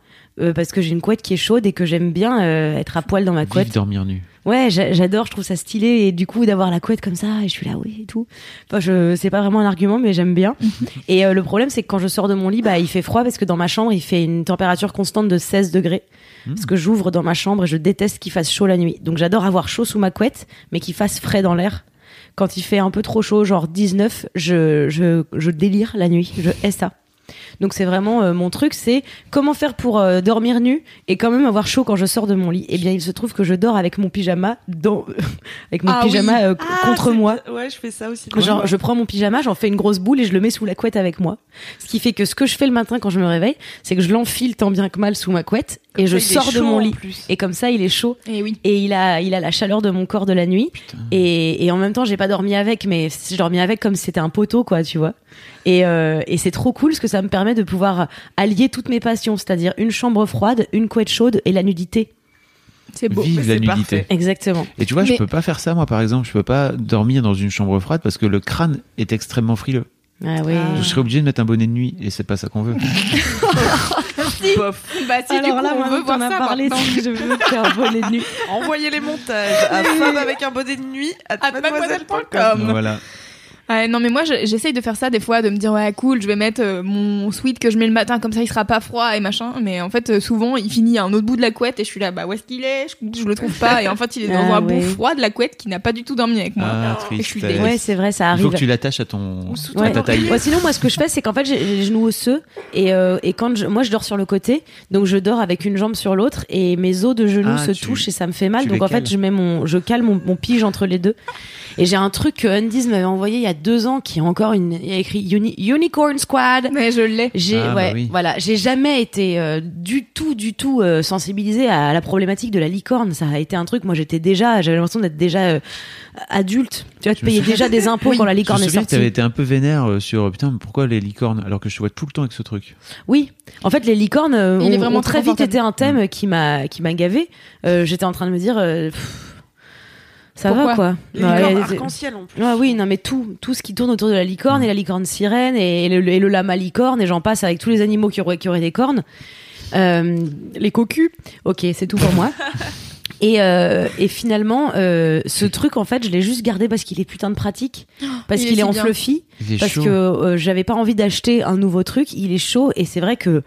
C: euh, parce que j'ai une couette qui est chaude et que j'aime bien euh, être à poil dans ma
D: Vive
C: couette.
D: dormir nu.
C: Ouais, j'a- j'adore, je trouve ça stylé et du coup d'avoir la couette comme ça, et je suis là oui et tout. Enfin, je c'est pas vraiment un argument mais j'aime bien.
A: Mhm.
C: et euh, le problème c'est que quand je sors de mon lit, bah il fait froid parce que dans ma chambre, il fait une température constante de 16 degrés.
A: Mhm.
C: Parce que j'ouvre dans ma chambre et je déteste qu'il fasse chaud la nuit. Donc j'adore avoir chaud sous ma couette mais qu'il fasse frais dans l'air. Quand il fait un peu trop chaud, genre 19, je je je délire la nuit, je hais ça. Donc c'est vraiment euh, mon truc, c'est comment faire pour euh, dormir nu et quand même avoir chaud quand je sors de mon lit. Eh bien, il se trouve que je dors avec mon pyjama dans, avec mon
A: Ah oui.
C: pyjama euh, contre moi.
E: Ouais, je fais ça aussi.
C: Genre, je prends mon pyjama, j'en fais une grosse boule et je le mets sous la couette avec moi. Ce qui fait que ce que je fais le matin quand je me réveille, c'est que je l'enfile tant bien que mal sous ma couette et je sors de mon lit.
A: hein.
C: Et comme ça, il est chaud
A: Eh oui.
C: et il a, il a la chaleur de mon corps de la nuit. Et, et en même temps, j'ai pas dormi avec, mais j'ai dormi avec comme si c'était un poteau, quoi, tu vois. Et, euh, et c'est trop cool parce que ça me permet de pouvoir allier toutes mes passions, c'est-à-dire une chambre froide, une couette chaude et la nudité.
A: C'est beau.
D: Vive la
E: c'est
D: nudité.
E: parfait.
C: Exactement.
D: Et tu vois, je
A: Mais-
D: peux pas faire ça, moi, par exemple. Je peux pas dormir dans une chambre froide parce que le crâne est extrêmement frileux.
C: Ah oui.
D: Je serais obligé de mettre un bonnet de nuit et c'est pas ça qu'on veut.
A: Bah, si, du coup, on veut voir ça
C: parlé,
A: maintenant.
C: je veux faire voler de nuit.
E: Envoyez les montages à femme avec un bonnet de nuit à
A: À
E: mademoiselle.com.
D: voilà.
A: Ouais, Ah, non, mais moi, je- j'essaye de faire ça des fois, de me dire, ouais, cool, je vais mettre euh, mon sweat que je mets le matin, comme ça, il sera pas froid et machin. Mais en fait, euh, souvent, il finit à un autre bout de la couette et je suis là, bah, où est-ce qu'il est je, je le trouve pas. Et en fait, il est dans
C: Ah
A: un
C: ouais.
A: bout froid de la couette qui n'a pas du tout dormi avec moi.
D: Ah,
A: Et je suis
D: tristesse.
C: Ouais, c'est vrai, ça
D: Il
C: arrive.
D: faut que tu l'attaches à ton
C: Ouais.
D: à ta taille.
C: Ouais, sinon, moi, ce que je fais, c'est qu'en fait, j'ai j'ai les genoux osseux et, euh, et quand je, moi, je dors sur le côté, donc je dors avec une jambe sur l'autre et mes os de genoux
D: Ah,
C: se
D: tu-
C: touchent et ça me fait mal.
D: tu
C: Donc
D: les
C: en fait,
D: cales.
C: je mets mon, je cale mon, mon pige entre les deux. Et j'ai un truc que Undies m'avait envoyé il y a deux ans qui est encore une, il y a écrit Uni- Unicorn Squad.
A: Mais je l'ai.
C: J'ai
D: Ah, bah
C: ouais,
D: oui.
C: voilà, j'ai jamais été euh, du tout du tout euh, sensibilisée à la problématique de la licorne, ça a été un truc moi j'étais déjà j'avais l'impression d'être déjà euh, adulte. Tu vois,
D: Je
C: tu
D: me
C: payais
D: souviens-
C: déjà des impôts quand la
D: Je me
C: licorne est
D: souviens que
C: sortie.
D: t'avais été un peu vénère euh, sur euh, putain, mais pourquoi les licornes alors que je te vois tout le temps avec ce truc.
C: Oui, en fait, les licornes euh,
A: Il est
C: ont-
A: vraiment
C: ont
A: très
C: très vite
A: confortable.
C: été un thème qui m'a qui m'a gavé. J'étais en train de me dire, euh, pff, ça va
A: Pourquoi
C: quoi.
E: Les
C: Ouais,
E: licornes
C: euh,
E: arc-en-ciel en plus.
C: ouais, oui, non, mais tout, tout ce qui tourne autour de la licorne et la licorne sirène et le, le- et le lama licorne et j'en passe avec tous les animaux qui auraient, qui auraient des cornes. Euh, les cocus, ok, c'est tout pour moi. Et, euh, et finalement, euh, ce truc, en fait, je l'ai juste gardé parce qu'il est putain de pratique, parce
A: Oh, il est
C: qu'il est,
A: si
C: en
A: bien.
C: fluffy,
D: Il est
C: parce
D: chaud.
C: que euh, j'avais pas envie d'acheter un nouveau truc. Il est chaud et c'est vrai que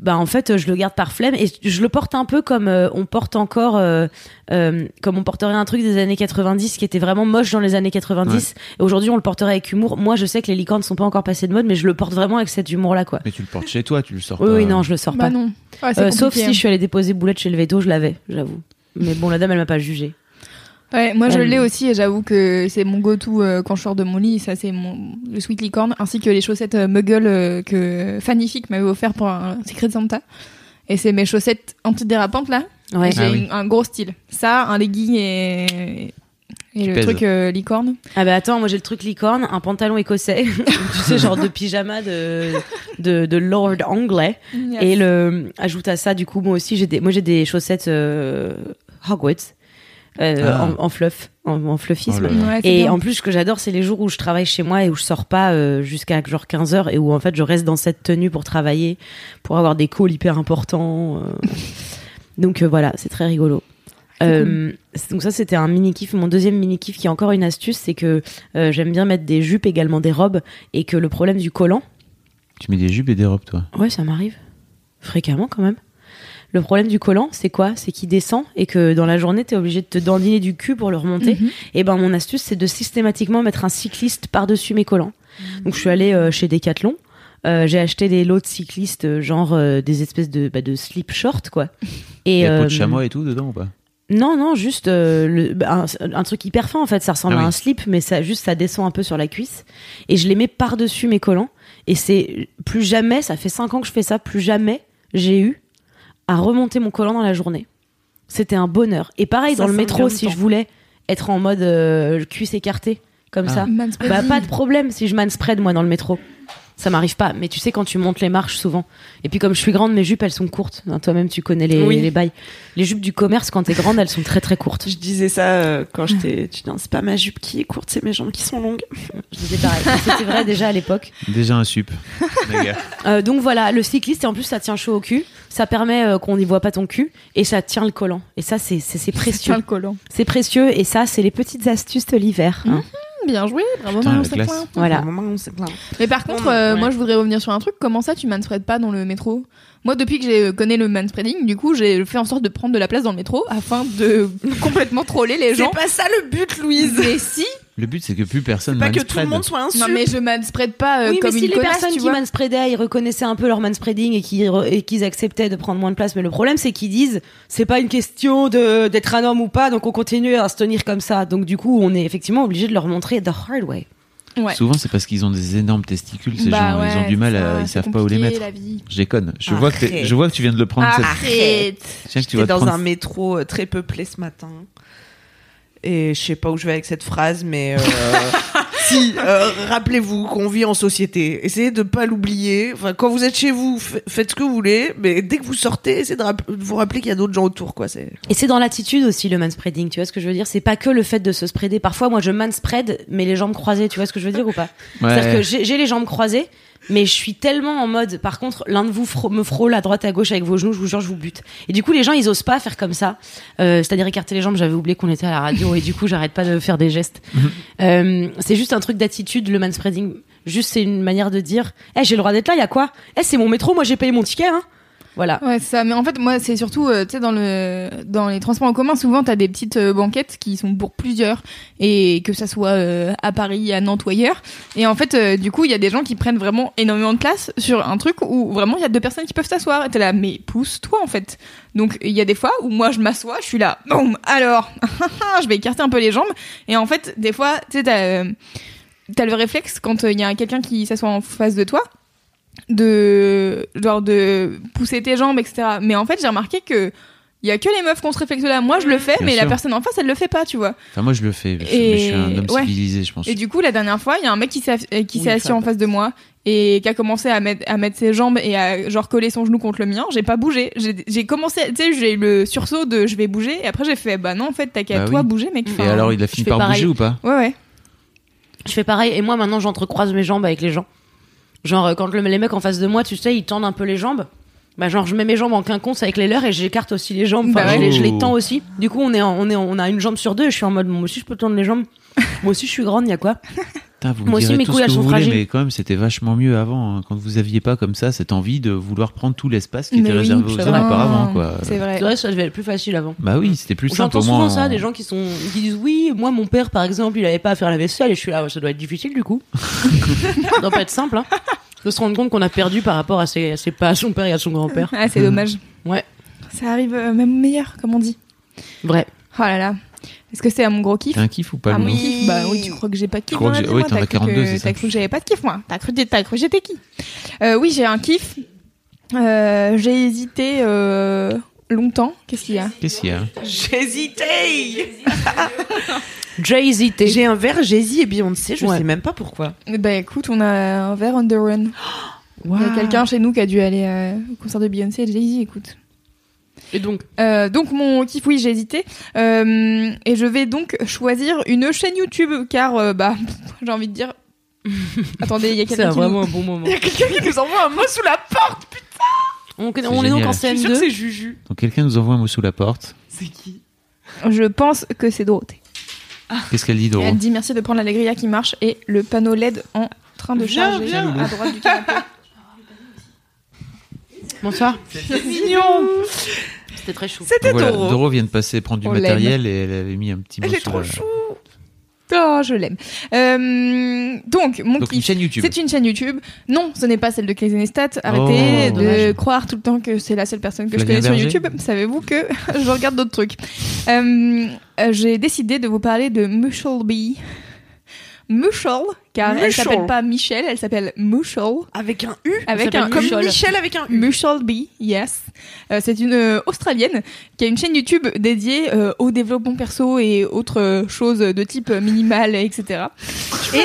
C: bah en fait je le garde par flemme et je le porte un peu comme euh, on porte encore euh, euh, comme on porterait un truc des années 90 qui était vraiment moche dans les années 90 et aujourd'hui on le porterait avec humour moi je sais que les licornes sont pas encore passées de mode mais je le porte vraiment avec cet humour là quoi
D: Mais tu le portes chez toi, tu le sors
C: oui
D: pas.
C: oui non je le sors
A: Bah,
C: pas
A: non. Ouais, c'est
C: Euh, sauf
A: compliqué. hein.
C: si je suis allée déposer boulette chez le veto je l'avais j'avoue mais bon la dame elle m'a pas jugé
A: Ouais, moi je
C: Euh,
A: l'ai aussi et j'avoue que c'est mon go-to euh, quand je sors de mon lit. Ça, c'est mon le sweet licorne ainsi que les chaussettes euh, Muggle euh, que Fanny Fick m'avait offert pour un Secret Santa. Et c'est mes chaussettes antidérapantes là.
C: ouais
A: J'ai
D: Ah oui.
A: une- un gros style. Ça, un legging et, et le
D: pèses.
A: truc euh, licorne.
C: Ah bah attends, moi j'ai le truc licorne, un pantalon écossais, tu sais genre de pyjama de de, de lord anglais et le ajoute à ça du coup moi aussi j'ai des moi j'ai des chaussettes euh, Hogwarts euh,
D: Ah.
C: en, en fluff, en, en fluffisme.
D: Oh là là.
A: Ouais, Ah, c'est
C: Et
A: bien. Mhm.
C: en plus, ce que j'adore, c'est les jours où je travaille chez moi et où je sors pas euh, jusqu'à genre 15 heures et où en fait je reste dans cette tenue pour travailler, pour avoir des calls hyper importants. euh. Donc euh, voilà, c'est très rigolo.
A: Ah,
C: Euh, c'est- donc ça, c'était un mini kiff. Mon deuxième mini kiff, qui est encore une astuce, c'est que euh, j'aime bien mettre des jupes également des robes et que le problème du collant,
D: Tu mets des jupes et des robes, toi.
C: ouais, ça m'arrive fréquemment quand même. Le problème du collant, c'est quoi C'est qu'il descend et que dans la journée, t'es obligé de te dandiner du cul pour le remonter.
A: Mhm.
C: Et ben, mon astuce, c'est de systématiquement mettre un cycliste par-dessus mes collants. Donc, je suis allée euh, chez Decathlon. euh, j'ai acheté des lots de cyclistes, euh, genre euh, des espèces de, bah, de slip short, quoi. Et,
D: Il y a peau
C: euh,
D: de chamois et tout dedans ou pas
C: non, non, juste euh, le- bah, un, un truc hyper fin en fait. Ça ressemble
D: Ah oui.
C: à un slip, mais ça juste ça descend un peu sur la cuisse. Et je les mets par dessus mes collants. Et c'est plus jamais. Ça fait cinq ans que je fais ça. Plus jamais j'ai eu à remonter mon collant dans la journée. C'était un bonheur. Et pareil
E: Ça,
C: dans le
E: ça me
C: métro,
E: gagne
C: si
E: du
C: je
E: temps.
C: voulais être en mode euh, cuisse écartée comme
D: Ah.
C: ça, bah pas de problème si je manspread moi dans le métro. Ça m'arrive pas, mais tu sais quand tu montes les marches souvent. Et puis comme je suis grande, mes jupes elles sont courtes. Hein, Toi-même tu connais les,
E: Oui.
C: les bails. Les jupes du commerce quand t'es grande elles sont très très courtes.
E: Je disais ça euh, quand j'étais étudiante. C'est pas ma jupe qui est courte, c'est mes jambes qui sont longues.
C: Je disais pareil. Mais C'était vrai déjà à l'époque.
D: Déjà un sup. les gars.
C: Euh, donc voilà, le cycliste et en plus ça tient chaud au cul. Ça permet euh, qu'on n'y voit pas ton cul et ça tient le collant. Et ça c'est c'est- c'est précieux.
A: Tiens le collant.
C: C'est précieux et ça c'est les petites astuces de l'hiver. hein.
A: Bien joué, bravo
D: Putain,
A: Marion
D: la
A: c'est
D: classe.
A: quoi
C: Voilà.
E: Au moment où on s'est plaint.
A: Mais par contre,
E: Non, mais-
A: euh,
E: ouais.
A: moi je voudrais revenir sur un truc. Comment ça, tu manspreads pas dans le métro Moi, depuis que j'ai euh, connais le manspreading, du coup, j'ai fait en sorte de prendre de la place dans le métro afin de complètement troller les gens.
E: C'est pas ça le but, Louise.
A: Mais si
D: Le but, c'est que plus personne
E: C'est pas que tout le
D: manspread.
E: monde soit un
A: Non,
E: sup.
A: mais je manspread pas euh,
C: oui, mais
A: comme
C: si
A: une
C: les
A: connasse,
C: personnes
A: tu
C: qui
A: vois.
C: manspreadaient, ils reconnaissaient un peu leur manspreading et qu'ils re- et qu'ils acceptaient de prendre moins de place. Mais le problème, c'est qu'ils disent, c'est pas une question de d'être un homme ou pas, donc on continue à se tenir comme ça. Donc du coup, on est effectivement obligé de leur montrer the hard way.
A: Ouais.
D: Souvent, c'est parce qu'ils ont des énormes testicules, ces
A: Bah
D: gens. ils
A: ouais,
D: ont du mal,
A: ça,
D: à, ils
A: c'est
D: savent pas où les
A: compliqué,
D: mettre.
A: la vie.
D: Je déconne. Je vois, que t'es-
E: Arrête.
D: je vois que tu viens de le prendre. cette...
A: Arrête
D: Je sais que tu
E: J'étais
D: vas te
E: dans
D: prendre-
E: un métro euh, très peuplé ce matin. Et je sais pas où je vais avec cette phrase, mais euh, si, euh, rappelez-vous qu'on vit en société. Essayez de pas l'oublier. Enfin, quand vous êtes chez vous, f- faites ce que vous voulez, mais dès que vous sortez, essayez de, rapp- de vous rappeler qu'il y a d'autres gens autour. Quoi. C'est...
C: Et c'est dans l'attitude aussi le manspreading. Tu vois ce que je veux dire C'est pas que le fait de se spreader. Parfois, moi, je manspread, mais les jambes croisées. Tu vois ce que je veux dire ou pas C'est-à-dire que
D: Ouais.
C: j'ai j'ai les jambes croisées, mais je suis tellement en mode. Par contre, l'un de vous frô- me frôle à droite à gauche avec vos genoux, je vous jure, je vous bute. Et du coup, les gens, ils osent pas faire comme ça. Euh, C'est-à-dire écarter les jambes. J'avais oublié qu'on était à la radio et du coup, j'arrête pas de faire des gestes. Euh, c'est juste un truc d'attitude, le manspreading. Juste, c'est une manière de dire Eh, j'ai le droit d'être là, il y a quoi Eh, c'est mon métro, moi, j'ai payé mon ticket, hein Voilà.
A: Ouais, c'est ça. Mais en fait, moi, c'est surtout, euh, tu sais, dans le dans les transports en commun, souvent, t'as des petites euh, banquettes qui sont pour plusieurs, et que ça soit euh, à Paris, à Nantes ou ailleurs. Et en fait, euh, du coup, il y a des gens qui prennent vraiment énormément de place sur un truc où vraiment il y a deux personnes qui peuvent s'asseoir. Et t'es là, mais pousse-toi en fait. Donc il y a des fois où moi je m'assois, je suis là, boum, alors, Ah, je vais écarter un peu les jambes. Et en fait, des fois, tu sais, t'as euh, t'as le réflexe quand euh, il y a quelqu'un qui s'assoit en face de toi de genre de pousser tes jambes etc mais en fait j'ai remarqué que il y a que les meufs qu'on se réflexe là moi je le fais
D: Bien
A: mais la
D: sûr.
A: personne en face elle le fait pas tu vois
D: Enfin, moi, je le fais. parce que-
A: Et-
D: Mais je suis un homme
A: ouais.
D: civilisé, je pense.
A: et du coup, la dernière fois, il y a un mec qui s'est euh, qui
E: Ou
A: s'est
E: une
A: assis
E: femme.
A: en face de moi et qui a commencé à mettre, à mettre ses jambes et à genre coller son genou contre le mien. J'ai pas bougé. J'ai j'ai commencé, tu sais, j'ai eu le sursaut de je vais bouger et après j'ai fait bah non, en fait, t'as qu'à
D: Bah
A: toi
D: oui.
A: bouger, mec.
D: Et
A: Enfin,
D: alors, il a
C: je
D: fini
C: fais
D: par
C: pareil.
D: bouger ou pas
A: Ouais, ouais.
C: Je fais pareil. Et moi, maintenant, j'entrecroise mes jambes avec les gens. Genre, euh, quand le- les mecs en face de moi, tu sais, ils tendent un peu les jambes. Bah, genre, je mets mes jambes en quinconce avec les leurs et j'écarte aussi les jambes. Enfin,
A: Bah
C: je,
D: ouais.
C: les, je les
D: Oh.
C: tends aussi. Du coup, on, est en- on, est en- on a une jambe sur deux et je suis en mode, moi aussi, je peux tendre les jambes. moi aussi, je suis grande, y a quoi
D: Putain, vous me
C: Moi aussi,
D: direz
C: mes
D: tout
C: couilles,
D: ce
C: elles
D: que
C: sont
D: vous voulez,
C: fragiles.
D: mais quand même, c'était vachement mieux avant. hein, quand vous aviez pas comme ça cette envie de vouloir prendre tout l'espace qui
A: Mais
D: était
A: oui,
D: réservé aux
C: c'est
D: hommes
C: vrai.
D: auparavant, quoi.
A: C'est vrai.
C: C'est vrai, ça devait être plus facile avant.
D: Bah oui, c'était plus simple.
C: J'entends
D: au
C: souvent
D: moins, hein.
C: ça,
D: on-
C: des gens qui, sont, qui disent Oui, moi, mon père, par exemple, il avait pas à faire la vaisselle et je suis là, ça doit être difficile du coup. ça doit pas être simple, hein. De se rendre compte qu'on a perdu par rapport à, ses, à, ses- à son père et à son grand-père.
A: Ah, c'est dommage.
C: Ouais.
A: Ça arrive euh, même meilleur, comme on dit.
C: Vrai.
A: Oh là là. Est-ce que c'est à mon gros kiff
D: T'as un kiff ou pas
A: Ah,
D: le
A: mon
D: nom
A: kiff Bah oui, tu crois que j'ai pas de kiff
D: crois
A: dans la
D: que j'ai-
A: vie,
D: ouais,
A: moi,
D: t'en as
A: t'as cru
D: 42, c'est
A: que
D: ça.
A: t'as cru que j'avais pas de kiff, moi. T'as cru, t'as cru que j'étais qui Euh, Oui, j'ai un kiff. Euh, j'ai hésité euh, longtemps. Qu'est-ce qu'il y a
D: Qu'est-ce qu'il y a
E: J'hésitais
C: Jay-Z, t'es-
E: J'ai un verre Jay-Z et Beyoncé, je
C: Ouais.
E: sais même pas pourquoi.
A: Eh Ben écoute, on a un verre on the run. Il y a quelqu'un chez nous qui a dû aller euh, au concert de Beyoncé et de Jay-Z, écoute.
C: Et donc
A: Euh, donc mon kiff, oui, j'ai hésité. Euh, et je vais donc choisir une chaîne YouTube, car euh, bah, pff, j'ai envie de dire... Attendez, il y a
C: C'est
A: quelqu'un qui nous-
C: vraiment un bon moment.
E: Il y a quelqu'un qui nous envoie un mot sous la porte, putain
C: On,
D: C'est
C: on est donc
D: génial.
C: en
E: Je suis sûre que
C: CM2.
E: c'est Juju.
D: Donc, quelqu'un nous envoie un mot sous la porte.
E: C'est qui
A: Je pense que c'est Dorothée.
D: Qu'est-ce qu'elle dit,
A: Et
D: Doro
A: elle dit merci de prendre l'allégria qui marche et le panneau LED en train de
E: Viens,
A: charger
E: viens.
A: à droite du canapé.
C: Bonsoir.
E: C'est mignon.
C: C'était très chou.
E: C'était
D: Voilà,
E: Doro.
D: Doro vient de passer prendre du
A: On
D: matériel et elle avait mis un petit mot
E: Elle est
D: sur,
E: trop
D: euh,
E: chou.
A: Oh, je l'aime. Euh, donc, mon
D: Donc
A: kiff.
D: une chaîne YouTube.
A: C'est une chaîne YouTube. Non, ce n'est pas celle de Chris Nestat. Arrêtez
D: Oh,
A: de
D: dommage.
A: croire tout le temps que c'est la seule personne que
D: Flavien
A: je connais
D: Berger.
A: sur YouTube. Savez-vous que je regarde d'autres trucs Euh, euh, J'ai décidé de vous parler de Mushelby. Mushel, car elle
E: Mushel.
A: s'appelle pas Michel, elle s'appelle Mushel.
E: Avec un U.
A: Avec un
E: Comme
A: Mushel.
E: Michel avec un U.
A: Mushel B, yes. Euh, c'est une euh, Australienne qui a une chaîne YouTube dédiée euh, au développement perso et autres euh, choses de type euh, minimal, etc.
E: Et...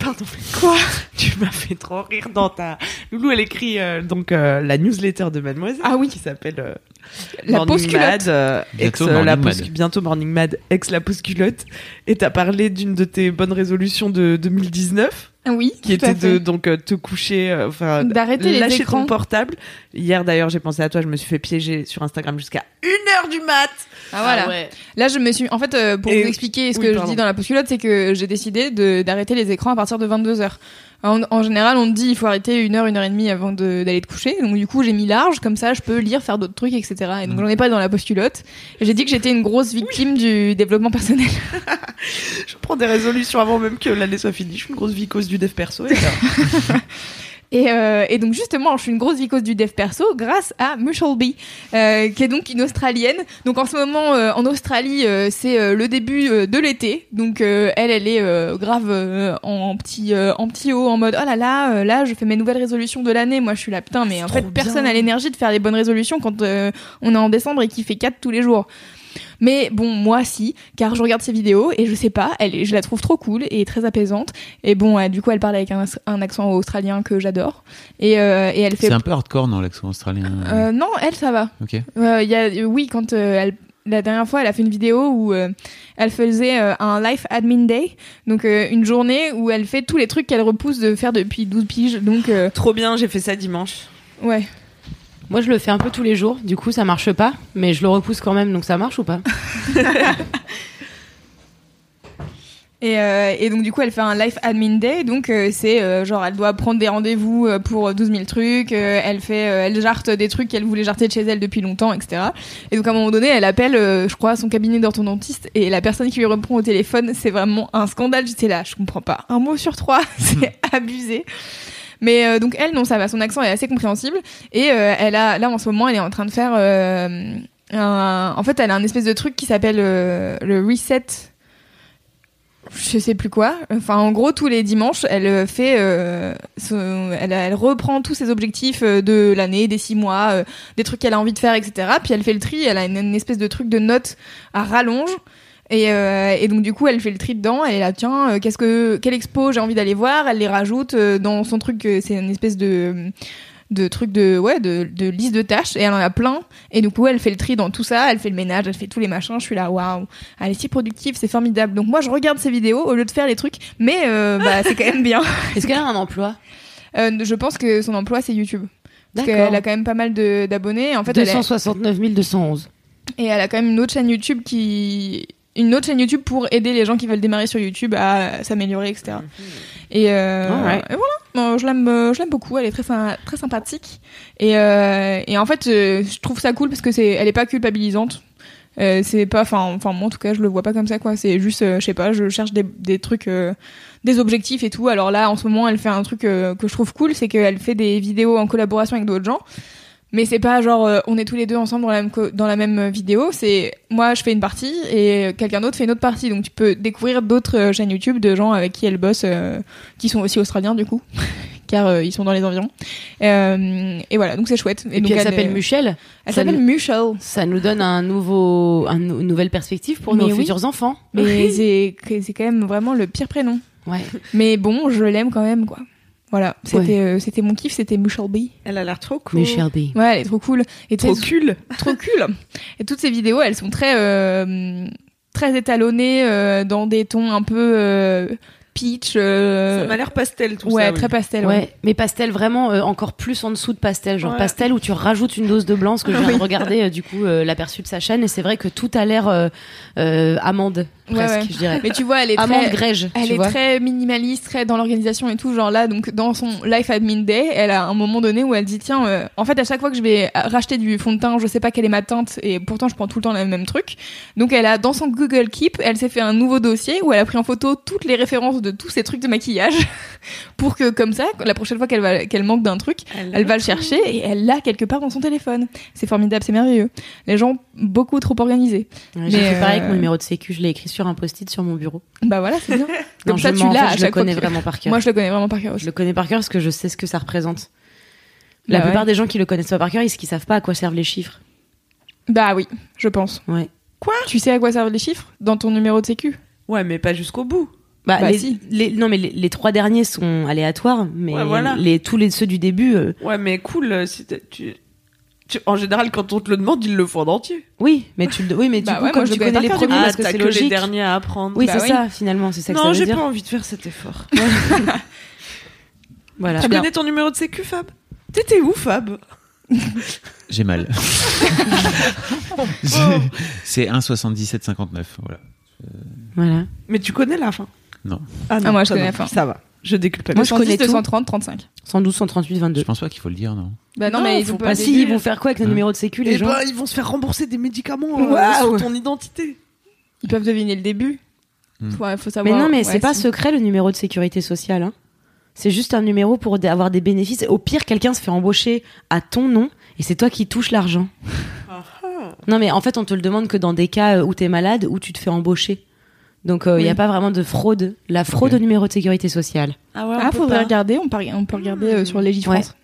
E: Pardon. Quoi Tu m'as fait trop rire dans ta. Loulou, elle écrit euh, donc euh, la newsletter de Mademoiselle.
A: Ah oui.
E: Qui s'appelle euh,
A: La
E: Morning
A: pause culotte.
E: Mad, euh,
D: Bientôt
E: ex, euh,
D: Morning
E: la
D: Mad.
E: pause- bientôt Morning Mad, ex la pause culotte. Et t'as parlé d'une de tes bonnes résolutions de 2019,
A: Ah Oui,
E: qui
A: tout à
E: était de
A: fait.
E: donc euh, te coucher, euh, enfin
A: D'arrêter les
E: lâcher
A: écrans.
E: ton portable. Hier d'ailleurs, j'ai pensé à toi, je me suis fait piéger sur Instagram jusqu'à 1h du mat.
A: Ah, voilà. Là, je me suis. En fait, euh, pour
E: Et-
A: vous expliquer ce
E: oui,
A: que je
E: pardon.
A: dis dans la postulate, c'est que j'ai décidé de- d'arrêter les écrans à partir de 22h. En, en général, on te dit il faut arrêter une heure, une heure et demie avant de- d'aller te coucher. Donc, du coup, j'ai mis large, comme ça, je peux lire, faire d'autres trucs, etc. Et donc,
D: Mm.
A: j'en ai pas dans la postulate. J'ai dit que j'étais une grosse victime du développement personnel.
E: Je prends des résolutions avant même que l'année soit finie. Je suis une grosse vicose du dev perso. Et alors,
A: Et, euh, et donc justement, je suis une grosse vicose du dev perso grâce à Mushelby, euh, qui est donc une Australienne. Donc en ce moment, euh, en Australie, euh, c'est euh, le début euh, de l'été. Donc euh, elle, elle est euh, grave euh, en, petit, euh, en petit haut, en mode oh là là, euh, là, je fais mes nouvelles résolutions de l'année. Moi, je suis là, putain, mais en fait, personne n'a l'énergie de faire les bonnes résolutions quand euh, on est en décembre et qu'il fait 4 tous les jours. Mais bon, moi si, car je regarde ses vidéos et je sais pas, elle, est- je la trouve trop cool et très apaisante. Et bon, euh, du coup, elle parle avec un, un accent australien que j'adore. Et, euh, et elle fait.
D: C'est un peu hardcore, non, l'accent australien
A: Euh, non, elle, ça va.
D: Ok.
A: Euh, il y a, euh, oui, quand euh, elle. La dernière fois, elle a fait une vidéo où euh, elle faisait euh, un life admin day, donc euh, une journée où elle fait tous les trucs qu'elle repousse de faire depuis 12 piges. Donc euh,
E: Trop bien, j'ai fait ça dimanche.
A: ouais,
C: Moi, je le fais un peu tous les jours. Du coup, ça marche pas, mais je le repousse quand même. Donc, ça marche ou pas
A: Et, euh, et donc du coup elle fait un life admin day donc euh, c'est euh, genre elle doit prendre des rendez-vous euh, pour 12 000 trucs euh, elle fait euh, elle jarte des trucs qu'elle voulait jarter de chez elle depuis longtemps etc et donc à un moment donné elle appelle euh, je crois son cabinet d'orthodontiste et la personne qui lui reprend au téléphone c'est vraiment un scandale j'étais là je comprends pas un mot sur trois c'est abusé mais euh, donc elle non ça va son accent est assez compréhensible et euh, elle a là en ce moment elle est en train de faire euh, un- en fait elle a un espèce de truc qui s'appelle euh, le reset je sais plus quoi. Enfin, en gros, tous les dimanches, elle euh, fait, euh, son- elle, elle reprend tous ses objectifs euh, de l'année, des six mois, euh, des trucs qu'elle a envie de faire, etc. Puis elle fait le tri. Elle a une, une espèce de truc de notes à rallonge. Et, euh, et donc du coup, elle fait le tri dedans. Elle est là, tiens, euh, qu'est-ce que, quelle expo j'ai envie d'aller voir Elle les rajoute euh, dans son truc. euh, C'est une espèce de de truc de ouais de, de liste de tâches et elle en a plein et du coup elle fait le tri dans tout ça elle fait le ménage elle fait tous les machins je suis là waouh elle est si productive, c'est formidable. Donc moi, je regarde ses vidéos au lieu de faire les trucs, mais euh, bah, c'est quand même bien.
C: Est-ce qu'elle a un emploi
A: Euh, je pense que son emploi, c'est YouTube. Parce qu'elle a quand même pas mal de- d'abonnés. En fait, elle a-
C: 269 211.
A: et elle a quand même une autre chaîne YouTube qui une autre chaîne YouTube pour aider les gens qui veulent démarrer sur YouTube à s'améliorer, etc. Et, euh,
C: Alright.
A: et voilà, Bon, je l'aime, euh, je l'aime beaucoup. Elle est très, sym- très sympathique. Et, euh, et en fait, euh, je trouve ça cool parce que c'est, elle est pas culpabilisante. Euh, c'est pas, enfin, enfin moi en tout cas, je le vois pas comme ça quoi. C'est juste, euh, je sais pas, je cherche des, des trucs, euh, des objectifs et tout. Alors là, en ce moment, elle fait un truc euh, que je trouve cool, c'est qu'elle fait des vidéos en collaboration avec d'autres gens. Mais c'est pas genre euh, on est tous les deux ensemble dans la même, co- dans la même euh, vidéo, c'est moi je fais une partie et euh, quelqu'un d'autre fait une autre partie. Donc tu peux découvrir d'autres euh, chaînes YouTube de gens avec qui elle bosse, euh, qui sont aussi australiens du coup, car euh, ils sont dans les environs. Euh, et voilà, donc c'est chouette.
C: Et, puis, elle s'appelle
A: est-
C: Michel.
A: Elle s'appelle
C: Salut.
A: Michel.
C: Ça nous donne un nouveau, un nou- une nouvelle perspective pour
A: Mais
C: nos
A: oui.
C: futurs enfants.
A: Mais c'est que- c'est quand même vraiment le pire prénom.
C: Ouais.
A: Mais bon, je l'aime quand même quoi. Voilà, c'était
C: Ouais.
A: euh, c'était mon kiff, c'était Michel B.
E: Elle a l'air trop cool.
C: Michel B.
A: Ouais, elle est trop cool. Et
E: Trop
A: très-
E: cool.
A: trop cool. Et toutes ces vidéos, elles sont très euh, très étalonnées euh, dans des tons un peu euh, peach. euh,
E: ça m'a l'air pastel tout
A: ouais,
E: ça.
A: très pastel. ouais.
C: Ouais, mais pastel vraiment euh, encore plus en dessous de pastel, genre
E: Ouais.
C: pastel où tu rajoutes une dose de blanc, parce que je viens de regarder euh, du coup euh, l'aperçu de sa chaîne et c'est vrai que tout a l'air euh, euh, amande. presque,
A: ouais.
C: je dirais.
A: Mais tu vois, elle est
C: Amande
A: très,
C: Grège,
A: elle
C: tu
A: est
C: vois.
A: très minimaliste, très dans l'organisation et tout. Genre là, donc dans son Life Admin Day, elle a un moment donné où elle dit tiens, euh, en fait à chaque fois que je vais euh, racheter du fond de teint, je sais pas quelle est ma teinte et pourtant je prends tout le temps le même truc. Donc elle a dans son Google Keep, elle s'est fait un nouveau dossier où elle a pris en photo toutes les références de tous ces trucs de maquillage pour que comme ça, la prochaine fois qu'elle va qu'elle manque d'un truc, elle va le chercher et elle l'a quelque part dans son téléphone. C'est formidable, c'est merveilleux. Les gens beaucoup trop organisés.
C: Ouais, J'ai
A: Mais,
C: fait pareil avec
A: euh,
C: mon numéro de sécu, je l'ai écrit sur un post-it sur mon bureau.
A: Bah voilà, c'est bien. Comme
C: Non,
A: ça,
C: je
A: tu
C: mens, en
A: l'as
C: fait,
A: à
C: je le
A: chaque fois
C: connais
A: que-
C: vraiment par cœur.
A: Moi, je le connais vraiment par cœur.
C: Je le connais par cœur parce que je sais ce que ça représente.
A: Bah
C: La
A: ouais.
C: plupart des gens qui le connaissent pas par cœur, ils ne savent pas à quoi servent les chiffres.
A: Bah oui, je pense.
C: Ouais.
A: Quoi Tu sais à quoi servent les chiffres dans ton numéro de sécu
E: Ouais, mais pas jusqu'au bout.
C: Bah,
A: Bah
C: les,
A: si.
C: les- non, mais les, les trois derniers sont aléatoires, mais
E: Ouais, voilà.
C: les, tous les, ceux du début, euh,
E: Ouais, mais cool. euh, Si t'es- tu... tu- En général, quand on te le demande, ils le font en entier.
C: oui, mais tu, le- oui, mais du
A: Bah
C: coup,
A: ouais,
C: comme
A: moi, je
C: tu
A: le connais
C: connais les
A: par cœur, du
C: premiers,
A: coup.
C: parce que c'est
E: Ah, que les
C: logique.
E: derniers à apprendre.
C: Oui,
A: Bah
C: c'est
A: oui.
C: ça, finalement, c'est ça que
E: non,
C: ça veut
E: j'ai pas
C: dire. Bah,
E: envie de faire cet effort.
C: Voilà.
E: tu connais ton numéro de sécu, Fab T'étais où, Fab
D: J'ai mal. C'est- c'est 1,7759. Voilà.
C: Voilà.
E: Mais tu connais la fin
D: Non.
A: Ah, moi, je
E: ça
A: connais
E: va,
A: la fin.
E: Ça va, je
C: Moi,
E: déculpabilise.
C: je connais tout.
A: 230, 35.
C: 112, 138,
D: Je
C: 22.
D: pense pas qu'il faut le dire, non.
A: Bah non,
E: Non,
A: mais ils
E: faut
A: ont
E: pas
A: pas.
C: Ah
A: des-
C: si, ils vont faire quoi avec le
D: Hein.
C: numéro de sécu, les
E: Eh
C: gens
E: ben, ils vont se faire rembourser des médicaments euh,
C: Waouh.
E: sur ton identité.
A: Ils peuvent deviner le début.
D: Hmm.
A: Toi, faut
C: Ah, Mais
A: savoir.
C: non, mais
A: ouais,
C: c'est pas
A: si.
C: secret le numéro de sécurité sociale. hein. C'est juste un numéro pour d- avoir des bénéfices. Au pire, quelqu'un se fait embaucher à ton nom et c'est toi qui touches l'argent. Non, mais en fait, on te le demande que dans des cas euh, où t'es malade, où tu te fais embaucher. Donc, euh, il
A: Oui.
C: n'y a pas vraiment de fraude. La fraude au numéro de sécurité sociale.
E: Ah ouais,
A: Ah, faudrait regarder, on peut, on peut regarder euh, sur Légifrance.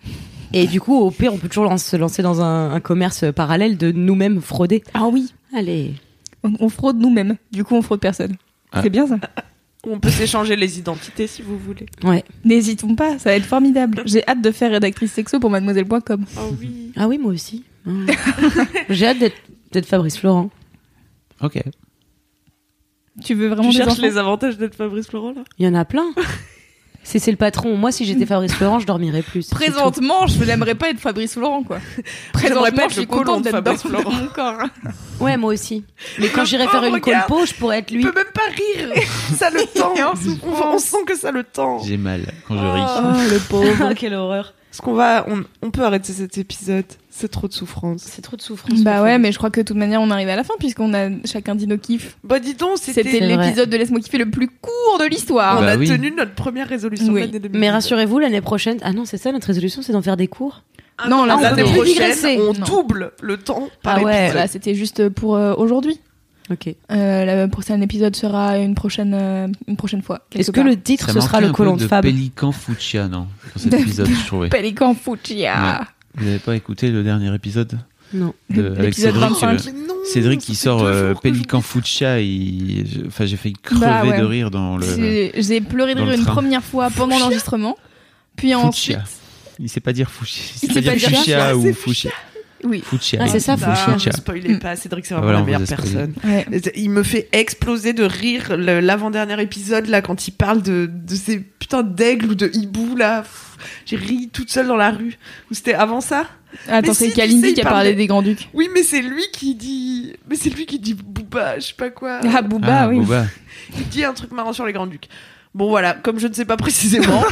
C: Et du coup, au pire, on peut toujours lan- se lancer dans un, un commerce euh, parallèle de nous-mêmes frauder.
A: Ah oui,
C: Allez.
A: on, on fraude nous-mêmes. Du coup, on fraude personne.
D: Ah.
A: C'est bien ça.
E: On peut s'échanger les identités si vous voulez.
C: Ouais.
A: N'hésitons pas, ça va être formidable. J'ai hâte de faire rédactrice sexo pour mademoiselle.com.
E: Ah oui.
C: Ah oui, moi aussi. Mmh. J'ai hâte d'être d'être Fabrice Florent.
D: Ok.
A: Tu veux vraiment
E: Tu
A: des
E: cherches
A: enfants
E: les avantages d'être Fabrice Florent là
C: Il y en a plein. C'est c'est le patron. Moi, si j'étais Fabrice Florent, je dormirais plus. c'est tout.
A: Présentement, je n'aimerais pas être Fabrice Laurent, quoi.
E: J'aimerais pas
A: Présentement,
E: être
A: je suis
E: le colon
A: contente
E: de
A: d'être
E: Fabrice
A: dans
E: Laurent.
A: mon corps. hein.
C: Ouais, moi aussi. Mais quand
E: Le
C: j'irai faire
E: pauvre
C: une
E: gars.
C: colpo, je pourrais être
E: Il
C: lui.
E: peut même pas rire Ça le tend
A: est en
E: on, on sent que ça le tend
D: J'ai mal quand je ris.
E: le pauvre
C: Oh, Quelle horreur.
E: Est-ce qu'on va... On, on peut arrêter cet épisode C'est trop de souffrance.
C: C'est trop de souffrance.
A: Bah ouais, mais je crois que de toute manière, on arrive à la fin puisqu'on a chacun dit nos kiffs.
E: Bah dis donc,
A: C'était
E: c'était...
C: C'est vrai.
A: l'épisode de Laisse-moi kiffer le plus court de l'histoire.
E: On
D: Bah
E: a
D: oui.
E: tenu notre première résolution
A: Oui.
E: de l'année 2000.
C: Mais rassurez-vous, l'année prochaine. Ah non, c'est ça notre résolution, c'est d'en faire des cours.
E: Ah
A: non, là,
C: on
E: l'année
C: peut plus digresser.
E: prochaine, on
A: Non.
E: double le temps
D: bah,
E: par
C: Ah ouais,
E: épisode.
A: Voilà, bah, c'était juste pour euh, aujourd'hui.
C: Ok.
A: Euh, le prochain épisode sera une prochaine, euh, une prochaine fois. quelque
C: Est-ce que
A: part.
C: le titre
D: Ça
C: ce sera
D: manquait
C: le
D: un
C: colon
D: peu
C: de Fab
D: Pélican Fuchsia, non Dans cet épisode, je trouvais.
A: Pélican Fuchsia
D: Vous n'avez pas écouté le dernier épisode
C: Non.
D: de, avec
A: L'épisode
D: Cédric euh,
A: 25.
E: Mais non,
D: Cédric
E: ça
D: qui
E: fait
D: sort
E: deux
D: euh,
E: jours que
D: Pélican
E: j'oublie.
D: Fuchsia, il- je- enfin j'ai failli crever
A: Bah ouais.
D: de rire dans le.
A: J'ai- J'ai pleuré de
D: Dans
A: rire
D: le
A: une
D: train.
A: première fois pendant l'enregistrement. Puis ensuite.
D: Fuchsia. Il sait pas dire Fuchsia.
A: Il sait pas dire
D: Fuchsia
E: Fuchsia,
D: ou
E: c'est
D: Fuchsia.
A: Oui.
D: Fuchsia.
C: Ah, c'est ça,
E: Ah,
C: Fuchsia.
E: ne spoilez
A: Mm.
E: pas, Cédric, c'est vraiment
D: Voilà,
E: la
D: on vous
E: meilleure
D: a spoilé.
E: personne.
A: Ouais.
E: Il me fait exploser de rire le- l'avant-dernier épisode, là, quand il parle de, de ces putains d'aigles ou de hibou, là. Pff, J'ai ri toute seule dans la rue. Ou c'était avant ça
A: Attends,
E: Mais
A: c'est
E: si, tu
A: Kalindi
E: sais,
A: qui a
E: il parle
A: parlé
E: de-
A: des Grands-Ducs.
E: Oui, mais c'est lui qui dit. Mais c'est lui qui dit Booba, je sais pas quoi.
A: Ah, Booba,
D: Ah,
A: oui.
D: Booba.
E: Il dit un truc marrant sur les Grands-Ducs. Bon, voilà, comme je ne sais pas précisément,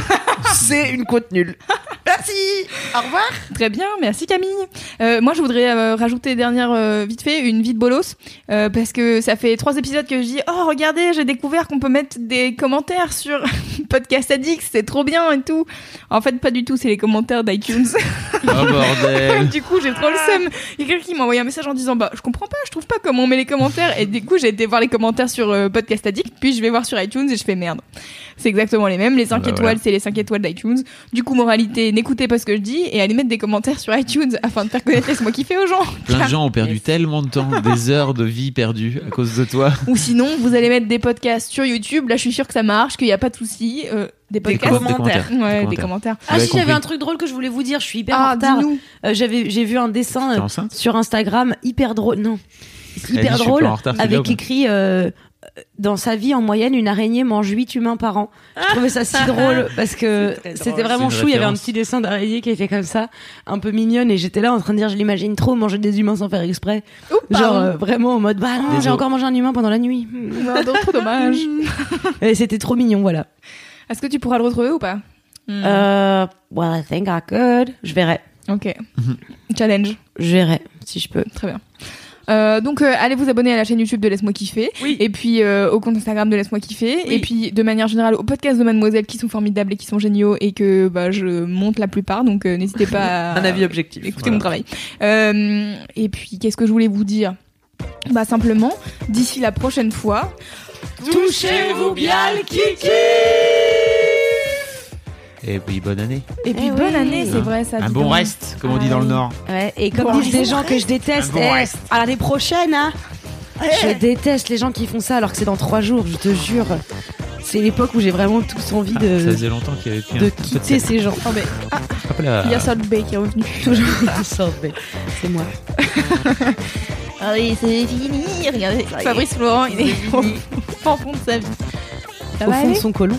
E: c'est une côte nulle. Merci Au revoir
A: Très bien, merci Camille. Euh, moi, je voudrais euh, rajouter dernière euh, vite fait une vie de bolos euh, parce que ça fait trois épisodes que je dis oh regardez j'ai découvert qu'on peut mettre des commentaires sur podcast addict c'est trop bien et tout. En fait, pas du tout, c'est les commentaires d'iTunes.
D: Oh bordel.
A: du coup, j'ai trop le seum. Il y a quelqu'un qui m'a envoyé un message en disant bah je comprends pas, je trouve pas comment on met les commentaires et du coup j'ai été voir les commentaires sur euh, podcast addict puis je vais voir sur iTunes et je fais merde. C'est exactement les mêmes. Les 5
D: Ah bah
A: étoiles,
D: voilà.
A: c'est les 5 étoiles d'iTunes. Du coup, moralité, n'écoutez pas ce que je dis et allez mettre des commentaires sur iTunes afin de faire connaître laisse-moi kiffer aux gens.
D: Plein de gens ont perdu
C: Yes.
D: tellement de temps, des heures de vie perdues à cause de toi.
A: Ou sinon, vous allez mettre des podcasts sur YouTube. Là, je suis sûre que ça marche, qu'il n'y a pas de souci. Euh, des podcasts.
D: com- des commentaires.
A: Ouais,
D: Des
A: des
D: commentaires.
A: commentaires.
C: Ah si, j'avais
D: compris.
C: un truc drôle que je voulais vous dire. Je suis hyper en
A: Ah,
C: retard.
A: dis-nous.
C: Euh, j'avais, j'ai vu un dessin
D: T'es
C: euh,
D: enceinte
C: sur Instagram hyper drôle. Non,
D: Elle dit,
C: hyper
D: je suis
C: drôle.
D: pas en retard, c'est
C: avec
D: bien,
C: écrit euh, dans sa vie en moyenne, une araignée mange 8 humains par an. Je trouvais ça si drôle parce que
E: C'est très drôle.
C: c'était vraiment
D: C'est une
C: chou. Il y avait un
D: référence.
C: petit dessin d'araignée qui était comme ça, un peu mignonne, et j'étais là en train de dire je l'imagine trop manger des humains sans faire exprès. Genre euh, vraiment en mode bah non,
D: Désolé.
C: j'ai encore mangé un humain pendant la nuit.
A: Non, non, trop dommage.
C: Et c'était trop mignon, voilà.
A: Est-ce que tu pourras le retrouver ou pas Mm.
C: Euh, well, I think I could. Je verrai.
A: Ok.
D: Mhm.
A: Challenge.
C: Je verrai si je peux.
A: Très bien. Euh, donc euh, allez vous abonner à la chaîne YouTube de Laisse-moi kiffer
C: Oui.
A: et puis euh, au compte Instagram de Laisse-moi kiffer
C: Oui.
A: et puis de manière générale au podcast de Mademoiselle qui sont formidables et qui sont géniaux et que bah, je monte la plupart donc euh, n'hésitez pas à
E: Un avis objectif.
A: écouter mon travail Euh, et puis qu'est-ce que je voulais vous dire bah simplement d'ici la prochaine fois
C: Touchez-vous bien le kiki
D: Et puis Eh bonne année.
A: et puis
C: Eh
A: bonne
C: oui.
A: année c'est vrai ça
D: Un
A: dis
D: bon
A: donc.
D: reste, comme on dit dans le Nord.
C: Ouais, et comme
A: Bon,
C: disent
A: bon
C: des gens que je déteste,
D: Bon
C: eh,
D: reste.
C: à l'année prochaine, hein Je déteste les gens qui font ça alors que c'est dans trois jours, je te jure. C'est l'époque où j'ai vraiment tous envie
D: Ah,
C: de,
D: ça hein. faisait longtemps qu'il y avait plus
C: Euh, de
D: un petit peu
C: quitter ces gens.
A: oh mais
D: de- Hop là.
A: il y a Salt Bay qui est revenu toujours
C: c'est moi.
A: ah oui c'est fini regardez Fabrice Florent il est au au fond de sa vie ça
C: Au
A: va
C: fond de
A: aller
C: son colon.